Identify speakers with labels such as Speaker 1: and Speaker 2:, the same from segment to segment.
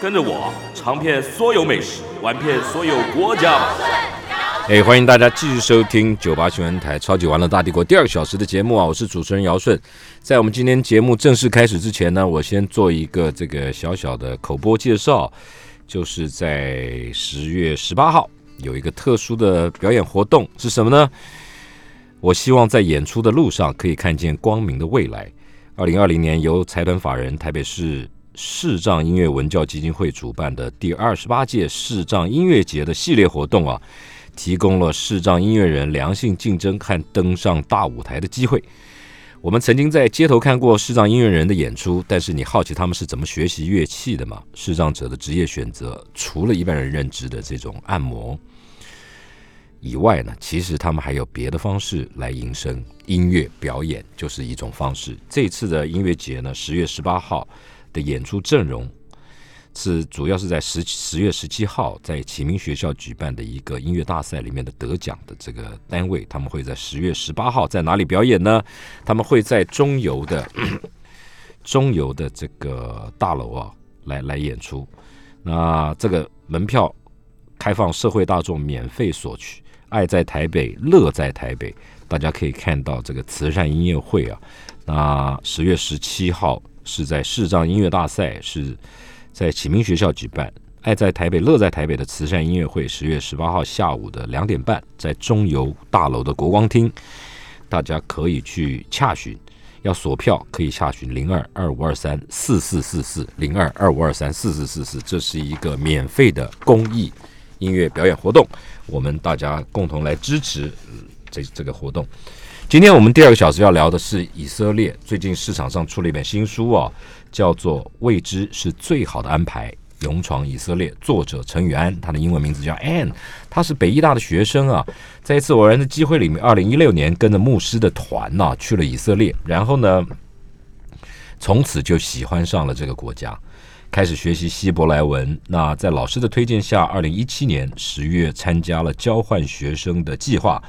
Speaker 1: 跟着我尝遍所有美食，玩遍所有国家吧。
Speaker 2: 哎，欢迎大家继续收听九八新闻台《超级玩乐大帝国》第二个小时的节目啊！我是主持人姚顺。在我们今天节目正式开始之前呢，我先做一个这个小小的口播介绍，就是在十月十八号有一个特殊的表演活动，是什么呢？我希望在演出的路上可以看见光明的未来。二零二零年由财团法人台北市视障音乐文教基金会主办的第二十八届视障音乐节的系列活动啊，提供了视障音乐人良性竞争和登上大舞台的机会。我们曾经在街头看过视障音乐人的演出，但是你好奇他们是怎么学习乐器的吗？视障者的职业选择，除了一般人认知的这种按摩以外呢，其实他们还有别的方式来营生，音乐表演就是一种方式。这次的音乐节呢，十月十八号的演出阵容是主要是在十十月十七号在启明学校举办的一个音乐大赛里面的得奖的这个单位，他们会在十月十八号在哪里表演呢？他们会在中游的 中游的这个大楼啊来来演出。那这个门票开放社会大众免费索取，爱在台北，乐在台北。大家可以看到这个慈善音乐会啊，那十月十七号是在视障音乐大赛，是在启明学校举办。爱在台北，乐在台北的慈善音乐会，十月十八号下午的两点半，在中油大楼的国光厅，大家可以去洽询。要索票可以洽询零二二五二三四四四四零二二五二三四四四四，这是一个免费的公益音乐表演活动，我们大家共同来支持、嗯这这个活动。今天我们第二个小时要聊的是以色列，最近市场上出了一本新书啊、叫做《未知是最好的安排》，勇闯以色列，作者陈宇安，他的英文名字叫 Ann，他是北医大的学生啊，在一次偶然的机会里面，二零一六年跟着牧师的团呐、去了以色列，然后呢，从此就喜欢上了这个国家。开始学习希伯来文。那在老师的推荐下，二零一七年十月参加了交换学生的计划，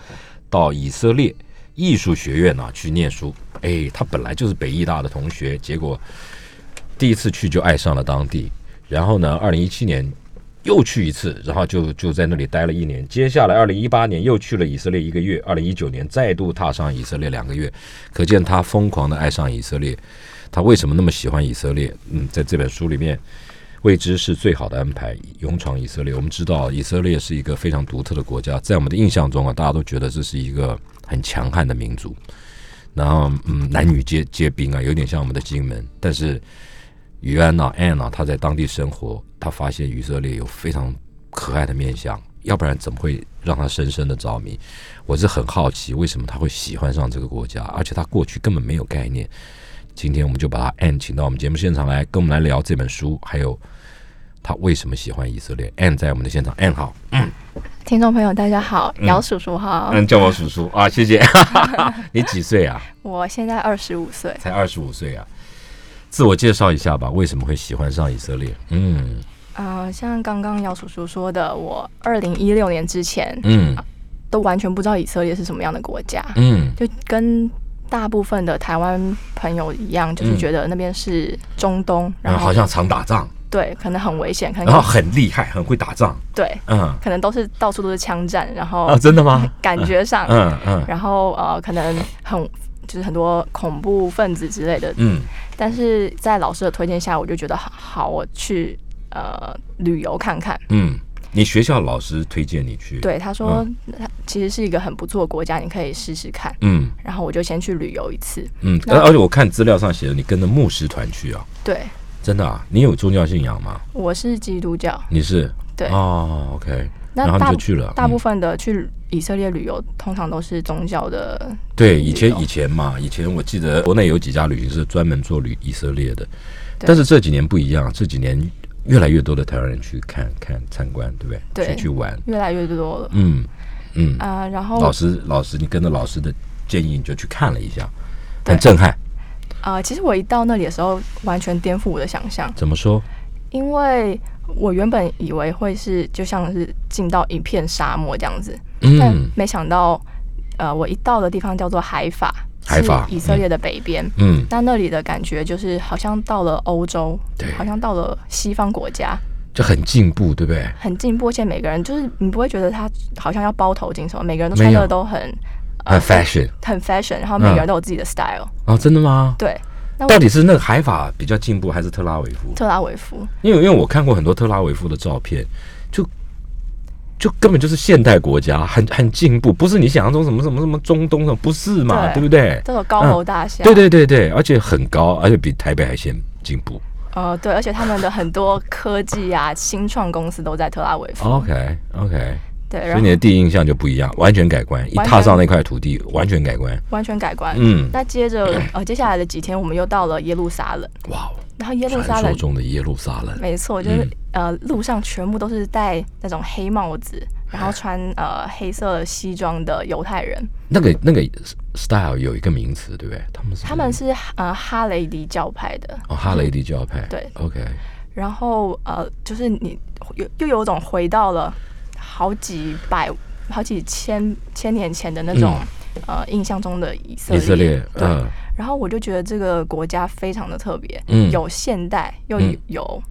Speaker 2: 到以色列艺术学院呢、去念书。哎，他本来就是北艺大的同学，结果第一次去就爱上了当地。然后呢，二零一七年又去一次，然后就就在那里待了一年。接下来，二零一八年又去了以色列一个月，二零一九年再度踏上以色列两个月，可见他疯狂的爱上以色列。他为什么那么喜欢以色列？嗯，在这本书里面，未知是最好的安排，勇闯以色列。我们知道，以色列是一个非常独特的国家，在我们的印象中啊，大家都觉得这是一个很强悍的民族，然后嗯，男女皆皆兵啊，有点像我们的金门。但是于安呐、安呐、啊他在当地生活，他发现以色列有非常可爱的面相，要不然怎么会让他深深的着迷？我是很好奇，为什么他会喜欢上这个国家，而且他过去根本没有概念。今天我们就把他 Ann 请到我们节目现场来，跟我们来聊这本书，还有他为什么喜欢以色列。Ann 在我们的现场，Ann 好，
Speaker 3: 听众朋友，大家好，姚叔叔好，
Speaker 2: 嗯，叫我叔叔啊，谢谢。 你几岁啊？
Speaker 3: 我现在二十五岁，
Speaker 2: 才二十五岁啊。自我介绍一下吧，为什么会喜欢上以色列？嗯
Speaker 3: 呃，像刚刚姚叔叔说的，我二零一六年之前
Speaker 2: 嗯
Speaker 3: 都完全不知道以色列是什么样的国家，
Speaker 2: 嗯
Speaker 3: 就跟大部分的台湾朋友一样，就是觉得那边是中东，然
Speaker 2: 嗯，
Speaker 3: 后哎
Speaker 2: 好像哦常打仗，
Speaker 3: 对，可能很危险，可
Speaker 2: 然后
Speaker 3: 能
Speaker 2: 很厉害，很会打仗。
Speaker 3: 对，
Speaker 2: 嗯
Speaker 3: 可能都是到处都是枪战，然后
Speaker 2: 啊，真的 吗？
Speaker 3: 感觉上，
Speaker 2: 嗯嗯
Speaker 3: 哦然后呃，可能很就是很多恐怖分子之类的
Speaker 2: 嗯
Speaker 3: 但是在老师的推荐下，我就觉得好，好我去呃旅游看看。
Speaker 2: 嗯，你学校老师推荐你去？，
Speaker 3: 对，他说、它其实是一个很不错的国家，你可以试试看。
Speaker 2: 嗯
Speaker 3: 然后我就先去旅游一次。
Speaker 2: 嗯，而而且我看资料上写的，你跟着牧师团去啊，
Speaker 3: 对，
Speaker 2: 真的啊？你有宗教信仰吗？
Speaker 3: 我是基督教。
Speaker 2: 你是？
Speaker 3: 对
Speaker 2: 哦，OK，
Speaker 3: 那
Speaker 2: 然后
Speaker 3: 大
Speaker 2: 你就去了。嗯
Speaker 3: 大部
Speaker 2: 分、
Speaker 3: 分的去以色列旅游，通常都是宗教的。
Speaker 2: 对以前
Speaker 3: 旅游
Speaker 2: 以前嘛，以前我记得国内有几家旅行社专门做旅以色列的，
Speaker 3: 对
Speaker 2: 但是这几年不一样，这几年越来越多的台湾人去看看参观，对不对？
Speaker 3: 对
Speaker 2: 去去玩，
Speaker 3: 越来越多了
Speaker 2: 嗯嗯。
Speaker 3: 啊、然后
Speaker 2: 老师，老师，你跟着老师的建议，你就去看了一下，
Speaker 3: 对
Speaker 2: 很震撼。
Speaker 3: 啊、其实我一到那里的时候，完全颠覆我的想象，
Speaker 2: 怎么说？
Speaker 3: 因为我原本以为会是就像是进到一片沙漠这样子，但
Speaker 2: 嗯
Speaker 3: 没想到，呃，我一到的地方叫做海法，
Speaker 2: 海法
Speaker 3: 是以色列的北边。
Speaker 2: 嗯，
Speaker 3: 那那里的感觉就是好像到了欧洲
Speaker 2: 对，
Speaker 3: 好像到了西方国家，
Speaker 2: 就很进步，对不对？
Speaker 3: 很进步，而且每个人就是你不会觉得他好像要包头巾什么，每个人都
Speaker 2: 没有嗯
Speaker 3: 穿的都很
Speaker 2: 很 fashion
Speaker 3: 很 fashion，然后每个人都有自己的 style、
Speaker 2: 哦，真的吗？
Speaker 3: 对，那我
Speaker 2: 到底是那个海法比较进步，还是特拉维夫？
Speaker 3: 特拉维夫，
Speaker 2: 因为因为我看过很多特拉维夫的照片，就就根本就是现代国家，很很进步，不是你想象中什么什么什么中东什么，不是嘛？对
Speaker 3: 对
Speaker 2: 不对？
Speaker 3: 都有高楼大厦、
Speaker 2: 嗯对啊对对对，而且很高，而且比台北还先进步。
Speaker 3: 呃，对，而且他们的很多科技啊、新创公司都在特拉维夫。
Speaker 2: OK OK，
Speaker 3: 对，
Speaker 2: 哦所
Speaker 3: 然
Speaker 2: 以
Speaker 3: 后
Speaker 2: 你的第一印象就不一样，完全改观，一
Speaker 3: 完
Speaker 2: 踏
Speaker 3: 全
Speaker 2: 上那块土地，完全改观。
Speaker 3: 完全改观。
Speaker 2: 嗯
Speaker 3: 那接着呃，接下来的几天我们又到了耶路撒冷，
Speaker 2: 哇哦，
Speaker 3: 然后耶路撒
Speaker 2: 传说
Speaker 3: 冷，
Speaker 2: 中的嗯耶路撒冷，
Speaker 3: 没错，就是、呃路上全部都是戴那种黑帽子，然后穿呃黑色西装的犹太人，
Speaker 2: 那个那个 style 有一个名词，对不对？他们是
Speaker 3: 他们是呃哈雷迪教派的，
Speaker 2: 哦哈雷迪教派，
Speaker 3: 嗯对
Speaker 2: ，OK，
Speaker 3: 然后呃就是你又又有种回到了好几百、好几千千年前的那种、呃印象中的以色
Speaker 2: 嗯以
Speaker 3: 列，
Speaker 2: 色列，
Speaker 3: 对。
Speaker 2: 嗯
Speaker 3: 然后我就觉得这个国家非常的特别，
Speaker 2: 嗯
Speaker 3: 有现代又
Speaker 2: 嗯
Speaker 3: 有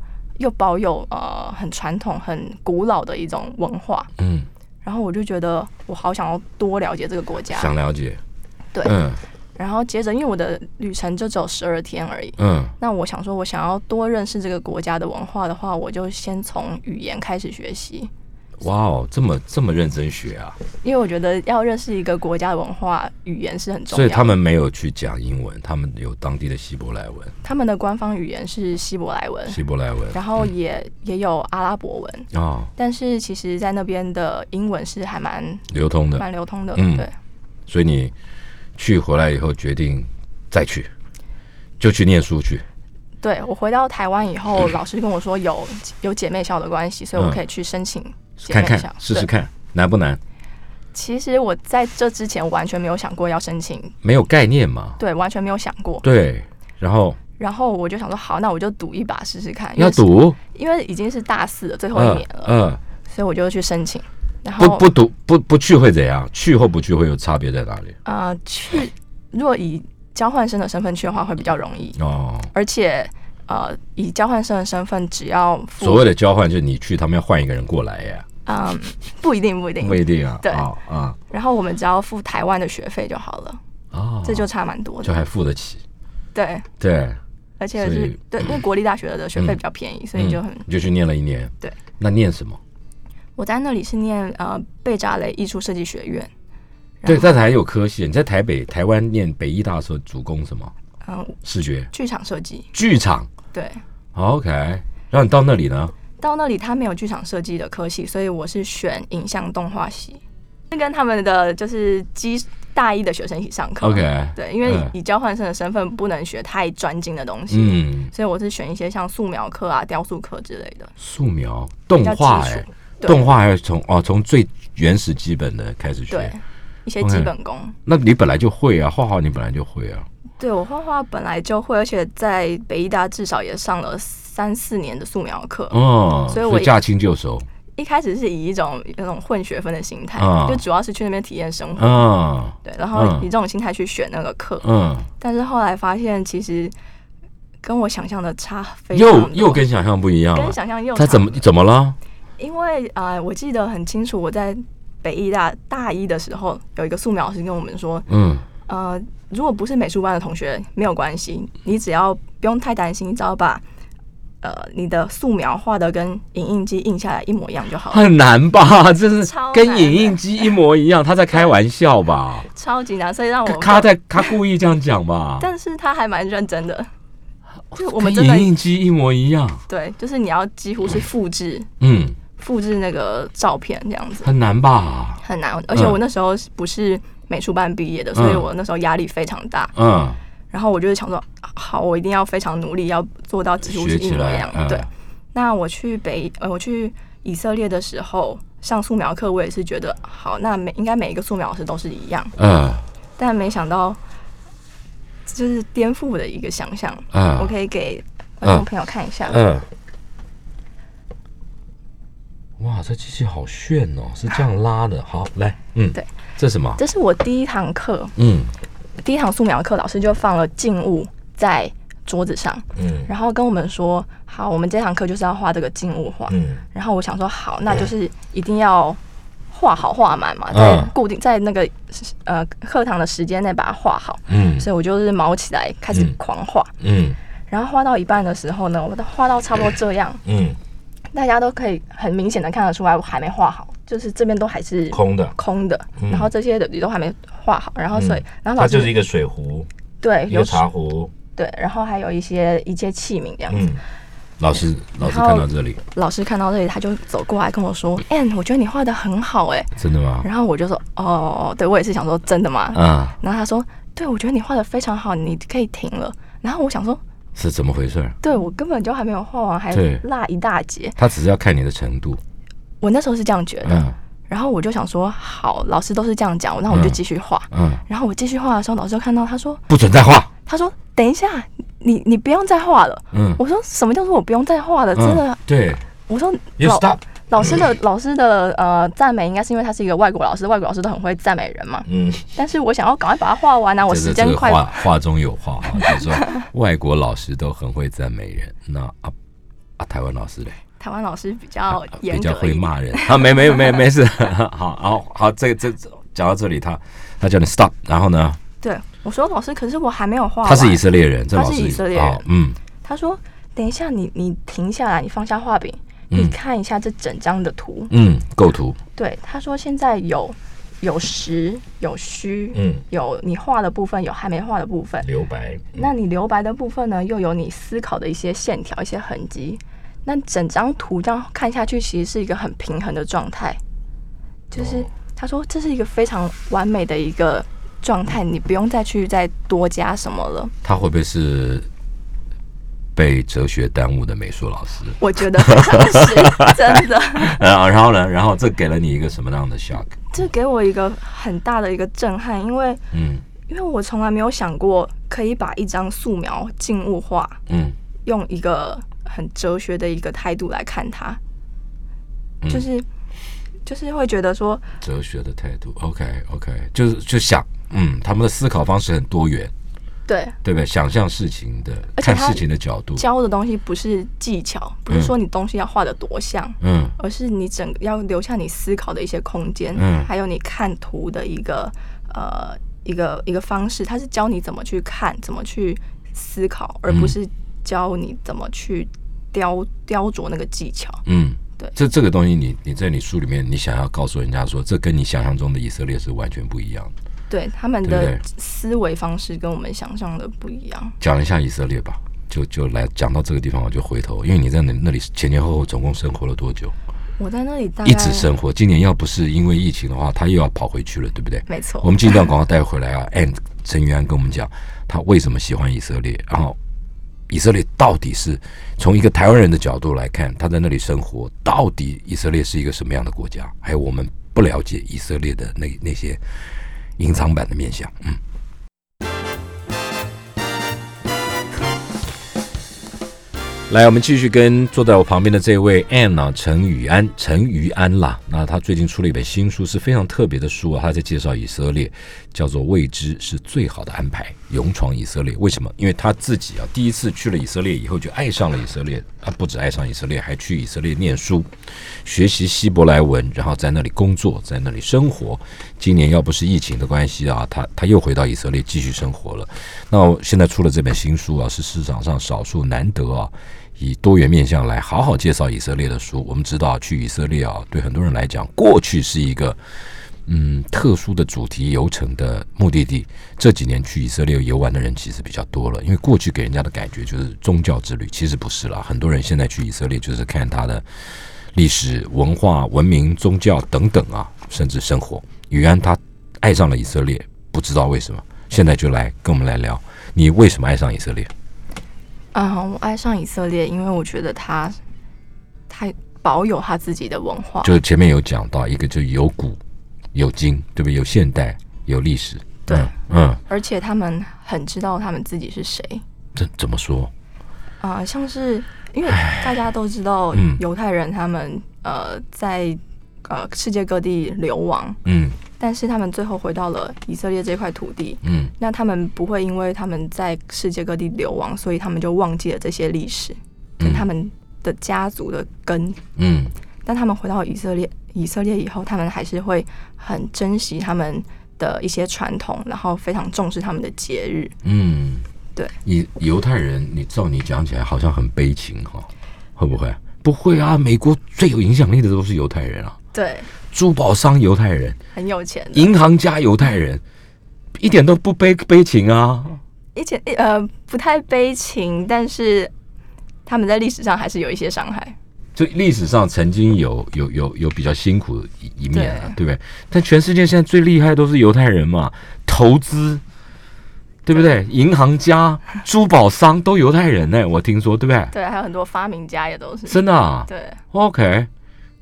Speaker 3: 又保有呃很传统、很古老的一种文化。
Speaker 2: 嗯，
Speaker 3: 然后我就觉得我好想要多了解这个国家。
Speaker 2: 想了解，
Speaker 3: 嗯对
Speaker 2: 嗯
Speaker 3: 然后接着，因为我的旅程就只有十二天而已，
Speaker 2: 嗯
Speaker 3: 那我想说，我想要多认识这个国家的文化的话，我就先从语言开始学习，
Speaker 2: 哇哦，这么这么认真学啊！
Speaker 3: 因为我觉得要认识一个国家的文化，语言是很重
Speaker 2: 所
Speaker 3: 要
Speaker 2: 以
Speaker 3: 的。
Speaker 2: 他们没有去讲英文，他们有当地的希伯来文，
Speaker 3: 他们的官方语言是希伯来文，
Speaker 2: 希伯来文，
Speaker 3: 然后也、也有阿拉伯文。
Speaker 2: 哦，
Speaker 3: 但是其实，在那边的英文是还蛮
Speaker 2: 流通的，
Speaker 3: 蛮流通的，
Speaker 2: 嗯
Speaker 3: 对，
Speaker 2: 所以你去回来以后决定再去，就去念书去，
Speaker 3: 对我回到台湾以后，老师跟我说有有姐妹校的关系，所以我
Speaker 2: 嗯
Speaker 3: 可以去申请姐
Speaker 2: 看
Speaker 3: 妹
Speaker 2: 看
Speaker 3: 校，
Speaker 2: 试试
Speaker 3: 对。
Speaker 2: 看难不难，
Speaker 3: 其实我在这之前完全没有想过要申请，
Speaker 2: 没有概念嘛，
Speaker 3: 对，完全没有想过。
Speaker 2: 对，然后
Speaker 3: 然后我就想说，好，那我就赌一把试试看，因
Speaker 2: 要
Speaker 3: 为是，
Speaker 2: 赌，
Speaker 3: 因为已经是大四了，最后一
Speaker 2: 嗯
Speaker 3: 年了，
Speaker 2: 嗯，
Speaker 3: 所以我就去申请。然后
Speaker 2: 不不赌不不去会怎样？去或不去会有差别在哪里？
Speaker 3: 呃，去如果以交换生的身份去的话，会比较容易，
Speaker 2: 哦，
Speaker 3: 而且呃，以交换生的身份，只要付
Speaker 2: 所谓的交换就是你去，他们要换一个人过来呀，
Speaker 3: 嗯，不一定，不一定
Speaker 2: 不。一定啊，
Speaker 3: 对
Speaker 2: 啊啊
Speaker 3: 然后我们只要付台湾的学费就好了，
Speaker 2: 哦，
Speaker 3: 这就差蛮多
Speaker 2: 就
Speaker 3: 的。
Speaker 2: 还付得起，
Speaker 3: 对，
Speaker 2: 对，
Speaker 3: 而且
Speaker 2: 所
Speaker 3: 是
Speaker 2: 以嗯
Speaker 3: 对，因为国立大学的学费比较便宜，所以就很。
Speaker 2: 你就去念了一年，
Speaker 3: 对，
Speaker 2: 那念什么？
Speaker 3: 我在那里是念呃贝扎雷艺术设计学院，
Speaker 2: 对，但是还有科系。你在台北、台湾念北医大的时候，主攻什么？
Speaker 3: 嗯、
Speaker 2: 视觉
Speaker 3: 剧场设计。
Speaker 2: 剧场。
Speaker 3: 对，
Speaker 2: OK，然后你到那里呢？
Speaker 3: 到那里他没有剧场设计的科系，所以我是选影像动画系，是跟他们的就是基大一的学生一起上课。
Speaker 2: OK
Speaker 3: 对，因为以,、
Speaker 2: 嗯
Speaker 3: 以交换生的身份不能学太专精的东西，
Speaker 2: 嗯，
Speaker 3: 所以我是选一些像素描课啊、雕塑课之类的。
Speaker 2: 素描、动画、
Speaker 3: 比较基
Speaker 2: 哎
Speaker 3: 础，对
Speaker 2: 动画还要从哦，从最原始基本的开始
Speaker 3: 对
Speaker 2: 学。，
Speaker 3: 一些
Speaker 2: OK
Speaker 3: 基本功。
Speaker 2: 那你本来就会啊，画画你本来就会啊。
Speaker 3: 对我画画本来就会，而且在北医大至少也上了三四年的素描课。
Speaker 2: 哦，
Speaker 3: 所以我
Speaker 2: 所以驾轻就熟
Speaker 3: 一开始是以一种那种混学分的心态，
Speaker 2: 啊
Speaker 3: 就主要是去那边体验生活。
Speaker 2: 啊，
Speaker 3: 对，然后
Speaker 2: 嗯
Speaker 3: 以这种心态去选那个课，
Speaker 2: 嗯，
Speaker 3: 但是后来发现其实跟我想象的差非常
Speaker 2: 又
Speaker 3: 多
Speaker 2: 又跟想象不一样了
Speaker 3: 跟。想象又
Speaker 2: 他
Speaker 3: 差
Speaker 2: 怎么怎么了？
Speaker 3: 因为呃，我记得很清楚，我在北艺大大一的时候，有一个素描老师跟我们说，
Speaker 2: 嗯，
Speaker 3: 呃，如果不是美术班的同学没有关系，你只要不用太担心，你只要把呃你的素描画的跟影印机印下来一模一样就好了，
Speaker 2: 很难吧？这是
Speaker 3: 超难
Speaker 2: 跟影印机一模一样，他在开玩笑吧？
Speaker 3: 超级难，所以让我
Speaker 2: 他在他故意这样讲吧？
Speaker 3: 哦但是他还蛮认真的，就我们
Speaker 2: 跟
Speaker 3: 真的
Speaker 2: 影印机一模一样，
Speaker 3: 对，就是你要几乎是复制
Speaker 2: 嗯，
Speaker 3: 复制那个照片这样子，
Speaker 2: 很难吧？
Speaker 3: 很难。而且
Speaker 2: 嗯
Speaker 3: 我那时候不是美术班毕业的，所以我那时候压力非常大。
Speaker 2: 嗯，
Speaker 3: 然后我就是想说，啊好，我一定要非常努力，要做到几乎是
Speaker 2: 学
Speaker 3: 一
Speaker 2: 起
Speaker 3: 模一
Speaker 2: 来
Speaker 3: 样，。
Speaker 2: 嗯
Speaker 3: 对。那我去北呃，我去以色列的时候上素描课，我也是觉得好，那每应该每一个素描老师都是一样，
Speaker 2: 啊
Speaker 3: 但没想到就是颠覆我的一个想象。我
Speaker 2: 啊
Speaker 3: 可以给观众朋友看一下，
Speaker 2: 嗯。哇，这机器好炫哦！是这样拉的，好来，嗯，
Speaker 3: 对，
Speaker 2: 这是什么？
Speaker 3: 这是我第一堂课，
Speaker 2: 嗯
Speaker 3: 第一堂素描课，老师就放了静物在桌子上，
Speaker 2: 嗯
Speaker 3: 然后跟我们说，好，我们这堂课就是要画这个静物画。
Speaker 2: 嗯
Speaker 3: 然后我想说，好，那就是一定要画好画满嘛，
Speaker 2: 嗯
Speaker 3: 在固定在那个呃课堂的时间内把它画好。
Speaker 2: 嗯
Speaker 3: 所以我就是毛起来开始
Speaker 2: 嗯
Speaker 3: 狂画，
Speaker 2: 嗯
Speaker 3: 然后画到一半的时候呢，我画到差不多这样，
Speaker 2: 嗯，
Speaker 3: 大家都可以很明显的看得出来，我还没画好，就是这边都还是
Speaker 2: 空的，
Speaker 3: 空的，
Speaker 2: 嗯
Speaker 3: 然后这些的也都还没画好，然后所以，
Speaker 2: 嗯
Speaker 3: 然后
Speaker 2: 它
Speaker 3: 老
Speaker 2: 就是
Speaker 3: 师
Speaker 2: 一个水壶，
Speaker 3: 对
Speaker 2: 一个
Speaker 3: 有
Speaker 2: 茶壶，
Speaker 3: 对，然后还有一些一些器皿这样子。
Speaker 2: 嗯。老师，老师
Speaker 3: 然后
Speaker 2: 看到这里，
Speaker 3: 老师看到这里，他就走过来跟我说：“嗯，我觉得你画的很好哎。
Speaker 2: 真的”吗？
Speaker 3: 然后我就说：“哦，对我也是想说真的吗？”
Speaker 2: 啊，
Speaker 3: 然后他说：“对，我觉得你画的非常好，你可以停了。”然后我想说
Speaker 2: 是怎么回事儿？：“
Speaker 3: 对我根本就还没有画完，还
Speaker 2: 对
Speaker 3: 落一大截。
Speaker 2: 他只是要看你的程度，”
Speaker 3: 我那时候是这样觉得。
Speaker 2: 嗯
Speaker 3: 然后我就想说：“好，老师都是这样讲，那我就
Speaker 2: 嗯
Speaker 3: 继续画。
Speaker 2: 嗯，
Speaker 3: 然后我继续画的时候，老师就看到他说
Speaker 2: 不准再画，：“
Speaker 3: 他说等一下，你你不用再画了。”
Speaker 2: 嗯，
Speaker 3: 我说什么叫做我不用再画了？真的，
Speaker 2: 嗯对
Speaker 3: 我说
Speaker 2: ，you
Speaker 3: 老
Speaker 2: stop，
Speaker 3: 老师的老师的呃赞美，应该是因为他是一个外国老师，外国老师都很会赞美人嘛。
Speaker 2: 嗯，
Speaker 3: 但是我想要赶快把它画完啊，我
Speaker 2: 这
Speaker 3: 时
Speaker 2: 个
Speaker 3: 间
Speaker 2: 这个
Speaker 3: 快，
Speaker 2: 话话中有话哈，就是说外国老师都很会赞美人，那啊啊台湾老师嘞
Speaker 3: 台湾老师比较
Speaker 2: 啊
Speaker 3: 哦严
Speaker 2: 比
Speaker 3: 格
Speaker 2: 较
Speaker 3: 一
Speaker 2: 会
Speaker 3: 点
Speaker 2: 骂人啊，没没没没事， 好好好，这这这讲到这里，他他叫你 stop，然后呢，
Speaker 3: 对，我说老师，可是我还没有画完。
Speaker 2: 他是以色列人，这
Speaker 3: 他
Speaker 2: 老
Speaker 3: 是
Speaker 2: 师
Speaker 3: 以色列人
Speaker 2: 好嗯
Speaker 3: 他说等一下你，你停下来，你放下画饼，
Speaker 2: 嗯
Speaker 3: 你看一下这整张的图。
Speaker 2: 嗯，构图，
Speaker 3: 对，他说现在有有实有虚，
Speaker 2: 嗯，
Speaker 3: 有你画的部分，有还没画的部分。
Speaker 2: 留白，
Speaker 3: 那你留白的部分呢，又有你思考的一些线条、一些痕迹。那整张图这样看下去，其实是一个很平衡的状态。就是他说这是一个非常完美的一个状态，你不用再去再多加什么了。
Speaker 2: 他会不会是被哲学耽误的美术老师？
Speaker 3: 我觉得非常是真的，
Speaker 2: 呃，然后呢，然后这给了你一个什么样的 shock？
Speaker 3: 这给我一个很大的一个震撼，因为
Speaker 2: 嗯
Speaker 3: 因为我从来没有想过可以把一张素描静物画
Speaker 2: 嗯
Speaker 3: 用一个很哲学的一个态度来看它，
Speaker 2: 嗯，
Speaker 3: 就是就是会觉得说，
Speaker 2: 哲学的态度。OK OK，就是就想，嗯，他们的思考方式很多元，
Speaker 3: 对，
Speaker 2: 对不对？想象事情的，
Speaker 3: 而且
Speaker 2: 看
Speaker 3: 他
Speaker 2: 事情的角度，
Speaker 3: 教的东西不是技巧，不是
Speaker 2: 嗯
Speaker 3: 说你东西要画的多像，
Speaker 2: 嗯
Speaker 3: 而是你整个要留下你思考的一些空间，
Speaker 2: 嗯
Speaker 3: 还有你看图的一个呃一个一个方式，它是教你怎么去看，怎么去思考，
Speaker 2: 嗯
Speaker 3: 而不是教你怎么去雕雕琢那个技巧。
Speaker 2: 嗯，
Speaker 3: 对
Speaker 2: 这这个东西你，你在你书里面，你想要告诉人家说，这跟你想象中的以色列是完全不一样的。
Speaker 3: 对他们
Speaker 2: 对
Speaker 3: 的
Speaker 2: 不
Speaker 3: 思维方式跟我们想象的不一样。
Speaker 2: 讲一下以色列吧，就就来讲到这个地方，我就回头，因为你在那那里前前后后总共生活了多久？
Speaker 3: 我在那里大概
Speaker 2: 一直生活，今年要不是因为疫情的话，他又要跑回去了，对不对？
Speaker 3: 没错
Speaker 2: 我，们这一段广告带回来啊，and 陈元安跟我们讲他为什么喜欢以色列，然后以色列到底是从一个台湾人的角度来看，他在那里生活，到底以色列是一个什么样的国家？还有我们不了解以色列的那那些隐藏版的面相，嗯。来，我们继续跟坐在我旁边的这位 Ann 啊，陈宇安，陈于安啦。那他最近出了一本新书，是非常特别的书啊，他在介绍以色列，叫做《未知是最好的安排》，勇闯以色列。为什么？因为他自己啊，第一次去了以色列以后，就爱上了以色列。他不止爱上以色列，还去以色列念书，学习希伯来文，然后在那里工作，在那里生活。今年要不是疫情的关系啊，他他又回到以色列继续生活了。那我现在出了这本新书啊，是市场上少数难得啊，以多元面向来好好介绍以色列的书。我们知道，去以色列啊，对很多人来讲，过去是一个嗯特殊的主题游程的目的地。这几年去以色列游玩的人其实比较多了，因为过去给人家的感觉就是宗教之旅，其实不是啦。很多人现在去以色列就是看它的历史文化、文明、宗教等等啊，甚至生活。雨安他爱上了以色列，不知道为什么，现在就来跟我们来聊，
Speaker 3: 啊
Speaker 2: 你为什么爱上以色列？
Speaker 3: 嗯，我爱上以色列，因为我觉得它还保有他自己的文化。
Speaker 2: 就前面有讲到一个，就有古有今，对不对？有现代，有历史。
Speaker 3: 对
Speaker 2: 嗯嗯，
Speaker 3: 而且他们很知道他们自己是谁
Speaker 2: 这怎么说？
Speaker 3: 啊、呃像是因为大家都知道
Speaker 2: 嗯
Speaker 3: 犹太人他们呃在呃世界各地流亡，
Speaker 2: 嗯
Speaker 3: 但是他们最后回到了以色列这块土地，
Speaker 2: 嗯，
Speaker 3: 那他们不会因为他们在世界各地流亡，所以他们就忘记了这些历史跟
Speaker 2: 嗯
Speaker 3: 他们的家族的根。
Speaker 2: 嗯
Speaker 3: 但他们回到以色列，以色列以后，他们还是会很珍惜他们的一些传统，然后非常重视他们的节日。
Speaker 2: 嗯，
Speaker 3: 对。
Speaker 2: 你犹太人，你照你讲起来好像很悲情哈、会不会？不会啊，美国最有影响力的都是犹太人啊，
Speaker 3: 对，
Speaker 2: 珠宝商犹太人，
Speaker 3: 很有钱的，
Speaker 2: 银行家犹太人，一点都不悲悲情啊。
Speaker 3: 以前呃不太悲情，但是他们在历史上还是有一些伤害。
Speaker 2: 就历史上曾经有有有有比较辛苦的一一面啊，对不对？但全世界现在最厉害都是犹太人嘛，投资，对不对？银行家、珠宝商都犹太人呢、我听说，对不对？
Speaker 3: 对，还有很多发明家也都是。
Speaker 2: 真的啊
Speaker 3: 对，
Speaker 2: ，OK。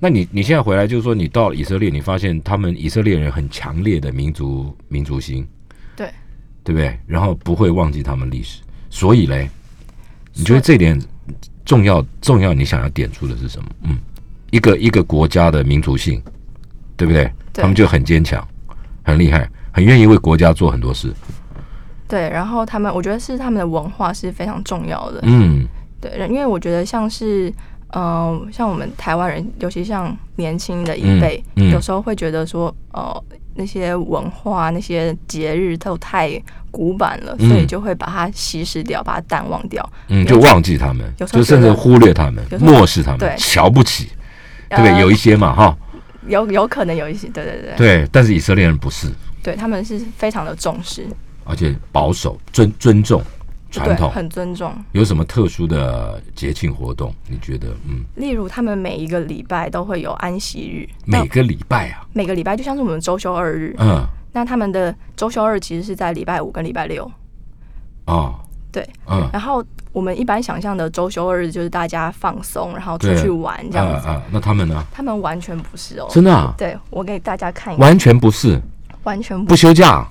Speaker 2: 那你你现在回来，就是说你到了以色列，你发现他们以色列人很强烈的民族民族心，
Speaker 3: 对，
Speaker 2: 对不对？然后不会忘记他们历史，所以嘞，你觉得这点重要重要？你想要点出的是什么？嗯，一个一个国家的民族性，对不对？
Speaker 3: 对
Speaker 2: 他们就很坚强，很厉害，很愿意为国家做很多事。
Speaker 3: 对，然后他们，我觉得是他们的文化是非常重要的。
Speaker 2: 嗯
Speaker 3: 对，因为我觉得像是，呃，像我们台湾人，尤其像年轻的一辈，
Speaker 2: 嗯嗯
Speaker 3: 有时候会觉得说，呃，那些文化、那些节日都太古板了，所以
Speaker 2: 嗯
Speaker 3: 就会把它稀释掉，把它淡忘掉。
Speaker 2: 嗯，
Speaker 3: 有
Speaker 2: 就忘记他们，
Speaker 3: 有时候
Speaker 2: 就甚至
Speaker 3: 觉得
Speaker 2: 忽略他们
Speaker 3: 有，时候
Speaker 2: 漠视他们
Speaker 3: 对，
Speaker 2: 瞧不起，对不
Speaker 3: 呃
Speaker 2: 对？有一些嘛，哈。
Speaker 3: 有有可能有一些，对对对，
Speaker 2: 对，但是以色列人不是，
Speaker 3: 对他们是非常的重视，
Speaker 2: 而且保守、尊尊重传
Speaker 3: 对，
Speaker 2: 统。
Speaker 3: 很尊重。
Speaker 2: 有什么特殊的节庆活动？你觉得？嗯，
Speaker 3: 例如，他们每一个礼拜都会有安息日，那
Speaker 2: 每个礼拜啊，
Speaker 3: 每个礼拜就像是我们周休二日，
Speaker 2: 嗯，
Speaker 3: 那他们的周休二其实是在礼拜五跟礼拜六。
Speaker 2: 哦，
Speaker 3: 对，
Speaker 2: 嗯，
Speaker 3: 然后我们一般想象的周休二日就是大家放松，然后出
Speaker 2: 对
Speaker 3: 去玩这样子。
Speaker 2: 啊啊，那他们呢？
Speaker 3: 他们完全不是哦。
Speaker 2: 真的啊，
Speaker 3: 对，我给大家看一个，
Speaker 2: 完全不是，
Speaker 3: 完全
Speaker 2: 不
Speaker 3: 不，
Speaker 2: 休假，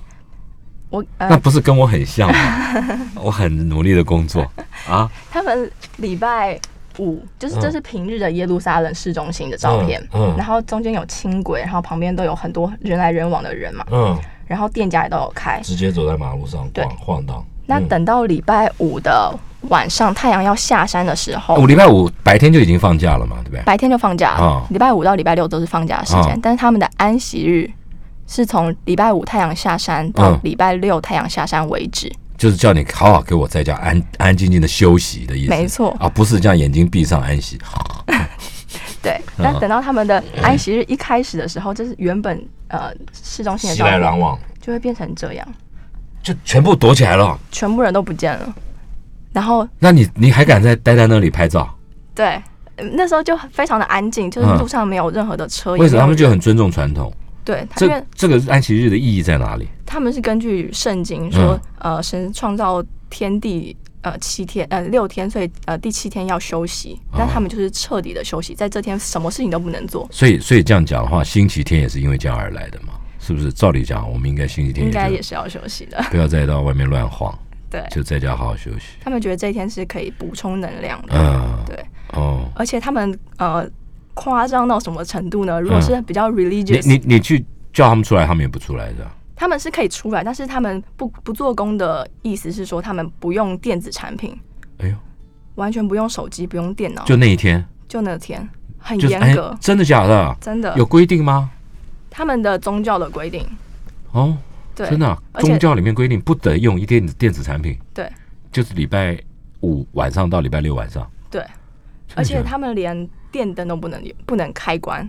Speaker 3: 我
Speaker 2: 那
Speaker 3: 呃，
Speaker 2: 不是跟我很像吗？ 我很努力的工作啊，
Speaker 3: 他们礼拜五就是这是平日的耶路撒冷市中心的照片，
Speaker 2: 嗯嗯
Speaker 3: 然后中间有轻轨，然后旁边都有很多人来人往的人嘛，
Speaker 2: 嗯，
Speaker 3: 然后店家也都有开。
Speaker 2: 直接走在马路上
Speaker 3: 对
Speaker 2: 晃荡。嗯
Speaker 3: 那等到礼拜五的晚上，太阳要下山的时候，
Speaker 2: 哦我礼拜五白天就已经放假了嘛，对不对？
Speaker 3: 白天就放假
Speaker 2: 啊，
Speaker 3: 礼、拜五到礼拜六都是放假的时间，
Speaker 2: 啊
Speaker 3: 但是他们的安息日是从礼拜五太阳下山到
Speaker 2: 嗯
Speaker 3: 礼拜六太阳下山为止。
Speaker 2: 就是叫你好好给我在家安安静静的休息的意思。
Speaker 3: 没错
Speaker 2: 啊，不是这样眼睛闭上安息。
Speaker 3: 对，
Speaker 2: 嗯
Speaker 3: 但等到他们的安息日一开始的时候，就是原本呃市中心的
Speaker 2: 熙
Speaker 3: 照片
Speaker 2: 来攘往，
Speaker 3: 就会变成这样，
Speaker 2: 就全部躲起来了。
Speaker 3: 全部人都不见了。然后
Speaker 2: 那你你还敢在待在那里拍照？
Speaker 3: 对，呃那时候就非常的安静，就是
Speaker 2: 嗯
Speaker 3: 路上没有任何的车，也
Speaker 2: 为什么
Speaker 3: 没有
Speaker 2: 他们就
Speaker 3: 人
Speaker 2: 很尊重传统？
Speaker 3: 对？他因为
Speaker 2: 这这个安息日的意义在哪里？
Speaker 3: 他们是根据圣经说
Speaker 2: 嗯，
Speaker 3: 呃，神创造天地呃七天呃六天，所以呃第七天要休息。
Speaker 2: 哦
Speaker 3: 那他们就是彻底的休息，在这天什么事情都不能做，
Speaker 2: 所以所以这样讲的话，星期天也是因为这样而来的嘛，是不是？照理讲，我们应该星期天
Speaker 3: 应该
Speaker 2: 也
Speaker 3: 也
Speaker 2: 就是
Speaker 3: 要休息的。
Speaker 2: 不要再到外面乱晃，
Speaker 3: 对，
Speaker 2: 就在家好好休息。
Speaker 3: 他们觉得这一天是可以补充能量的。
Speaker 2: 嗯，
Speaker 3: 对，
Speaker 2: 哦，
Speaker 3: 而且他们呃夸张到什么程度呢？如果是比较
Speaker 2: 嗯你
Speaker 3: religious，、
Speaker 2: 你你去叫他们出来，他们也不出来的。啊
Speaker 3: 他们是可以出来，但是他们不不做工的意思是说，他们不用电子产品，
Speaker 2: 哎呦，
Speaker 3: 哦完全不用手机，不用电脑，
Speaker 2: 就那一天，
Speaker 3: 就那天很
Speaker 2: 就是哎
Speaker 3: 严格，，
Speaker 2: 真的假的？
Speaker 3: 真的
Speaker 2: 有规定吗？
Speaker 3: 他们的宗教的规定，
Speaker 2: 哦，
Speaker 3: 对，
Speaker 2: 真的啊、
Speaker 3: 而且
Speaker 2: 宗教里面规定不得用一电子电子产品，
Speaker 3: 对
Speaker 2: 就是礼拜五晚上到礼拜六晚上，
Speaker 3: 对，
Speaker 2: 真的
Speaker 3: 而
Speaker 2: 假
Speaker 3: 且
Speaker 2: 的
Speaker 3: 他们连电灯都不能不能开关，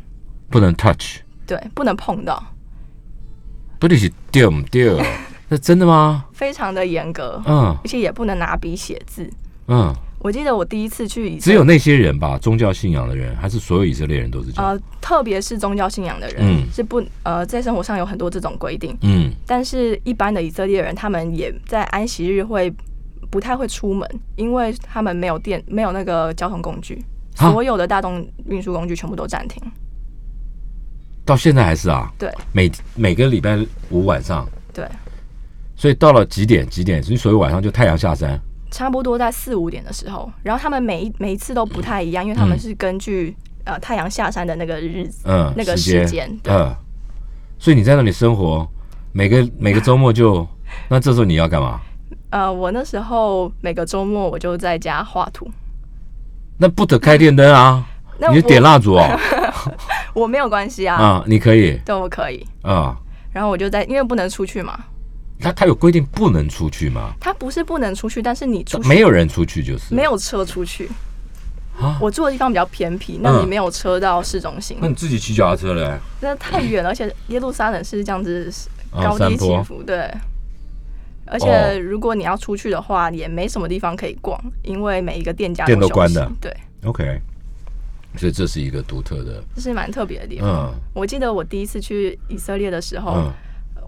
Speaker 2: 不能 touch，
Speaker 3: 对，不能碰到，
Speaker 2: 不能是掉不 掉？那真的吗？
Speaker 3: 非常的严格，
Speaker 2: 嗯
Speaker 3: 而且也不能拿笔写字。
Speaker 2: 嗯，
Speaker 3: 我记得我第一次去以色
Speaker 2: 只有那些人吧，宗教信仰的人，还是所有以色列人都是这样？
Speaker 3: 呃，特别是宗教信仰的人、
Speaker 2: 嗯
Speaker 3: 是不呃，在生活上有很多这种规定，
Speaker 2: 嗯，
Speaker 3: 但是一般的以色列人，他们也在安息日会不太会出门，因为他们没有电，没有那个交通工具，
Speaker 2: 啊
Speaker 3: 所有的大众运输工具全部都暂停。
Speaker 2: 到现在还是啊，
Speaker 3: 对
Speaker 2: 每每个礼拜五晚上，
Speaker 3: 对，
Speaker 2: 所以到了几点几点，所以晚上就太阳下山，
Speaker 3: 差不多在四五点的时候，然后他们每一每一次都不太一样，因为他们是根据、呃太阳下山的那个日子，
Speaker 2: 嗯，
Speaker 3: 那个
Speaker 2: 时
Speaker 3: 时间对
Speaker 2: 嗯，所以你在那里生活，每个每个周末就，那这时候你要干嘛？
Speaker 3: 呃，我那时候每个周末我就在家画图。
Speaker 2: 那不得开电灯啊，
Speaker 3: 那
Speaker 2: 你就点蜡烛哦，
Speaker 3: 我没有关系啊，
Speaker 2: 啊，你可以
Speaker 3: 对，我可以。
Speaker 2: 啊，
Speaker 3: 然后我就在，因为不能出去嘛，
Speaker 2: 他他有规定不能出去吗？
Speaker 3: 他不是不能出去，但是你出去
Speaker 2: 没有人出去就是
Speaker 3: 没，有车出去
Speaker 2: 啊。
Speaker 3: 我住的地方比较偏僻，那你
Speaker 2: 嗯
Speaker 3: 没有车到市中心，
Speaker 2: 那你自己骑脚踏车嘞？
Speaker 3: 那太 远了，而且耶路撒冷是这样子
Speaker 2: 啊
Speaker 3: 高
Speaker 2: 山
Speaker 3: 低
Speaker 2: 坡
Speaker 3: 起伏，对。而
Speaker 2: 哦
Speaker 3: 且如果你要出去的话，也没什么地方可以逛，因为每一个店家
Speaker 2: 店都
Speaker 3: 休
Speaker 2: 关
Speaker 3: 息
Speaker 2: 的
Speaker 3: 对，
Speaker 2: OK，所以这是一个独特的，
Speaker 3: 这是蛮特别的哦地方。
Speaker 2: 嗯
Speaker 3: 我记得我第一次去以色列的时候，
Speaker 2: 嗯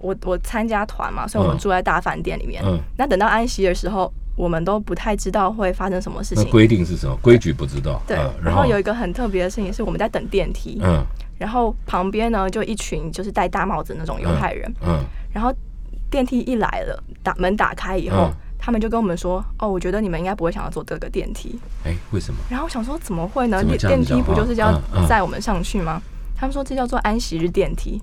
Speaker 3: 我我参加团嘛，所以我们
Speaker 2: 嗯
Speaker 3: 住在大饭店里面。
Speaker 2: 嗯，
Speaker 3: 那等到安息的时候，我们都不太知道会发生什么事
Speaker 2: 那
Speaker 3: 情。
Speaker 2: 规定是什么？规矩不知道，
Speaker 3: 对
Speaker 2: 嗯，
Speaker 3: 然后有一个很特别的事情是，我们在等电梯，
Speaker 2: 嗯
Speaker 3: 然后旁边呢就一群就是戴大帽子那种犹太人，
Speaker 2: 嗯
Speaker 3: 然后电梯一来了，打门打开以后，
Speaker 2: 嗯
Speaker 3: 他们就跟我们说：“哦，我觉得你们应该不会想要坐这个电梯。
Speaker 2: 哎，为什么？”
Speaker 3: 然后我想说怎么会呢？
Speaker 2: 怎么
Speaker 3: 电
Speaker 2: 这样
Speaker 3: 电
Speaker 2: 子讲
Speaker 3: 梯不就是要
Speaker 2: 嗯嗯
Speaker 3: 载我们上去吗？他们说这叫做安息日电梯。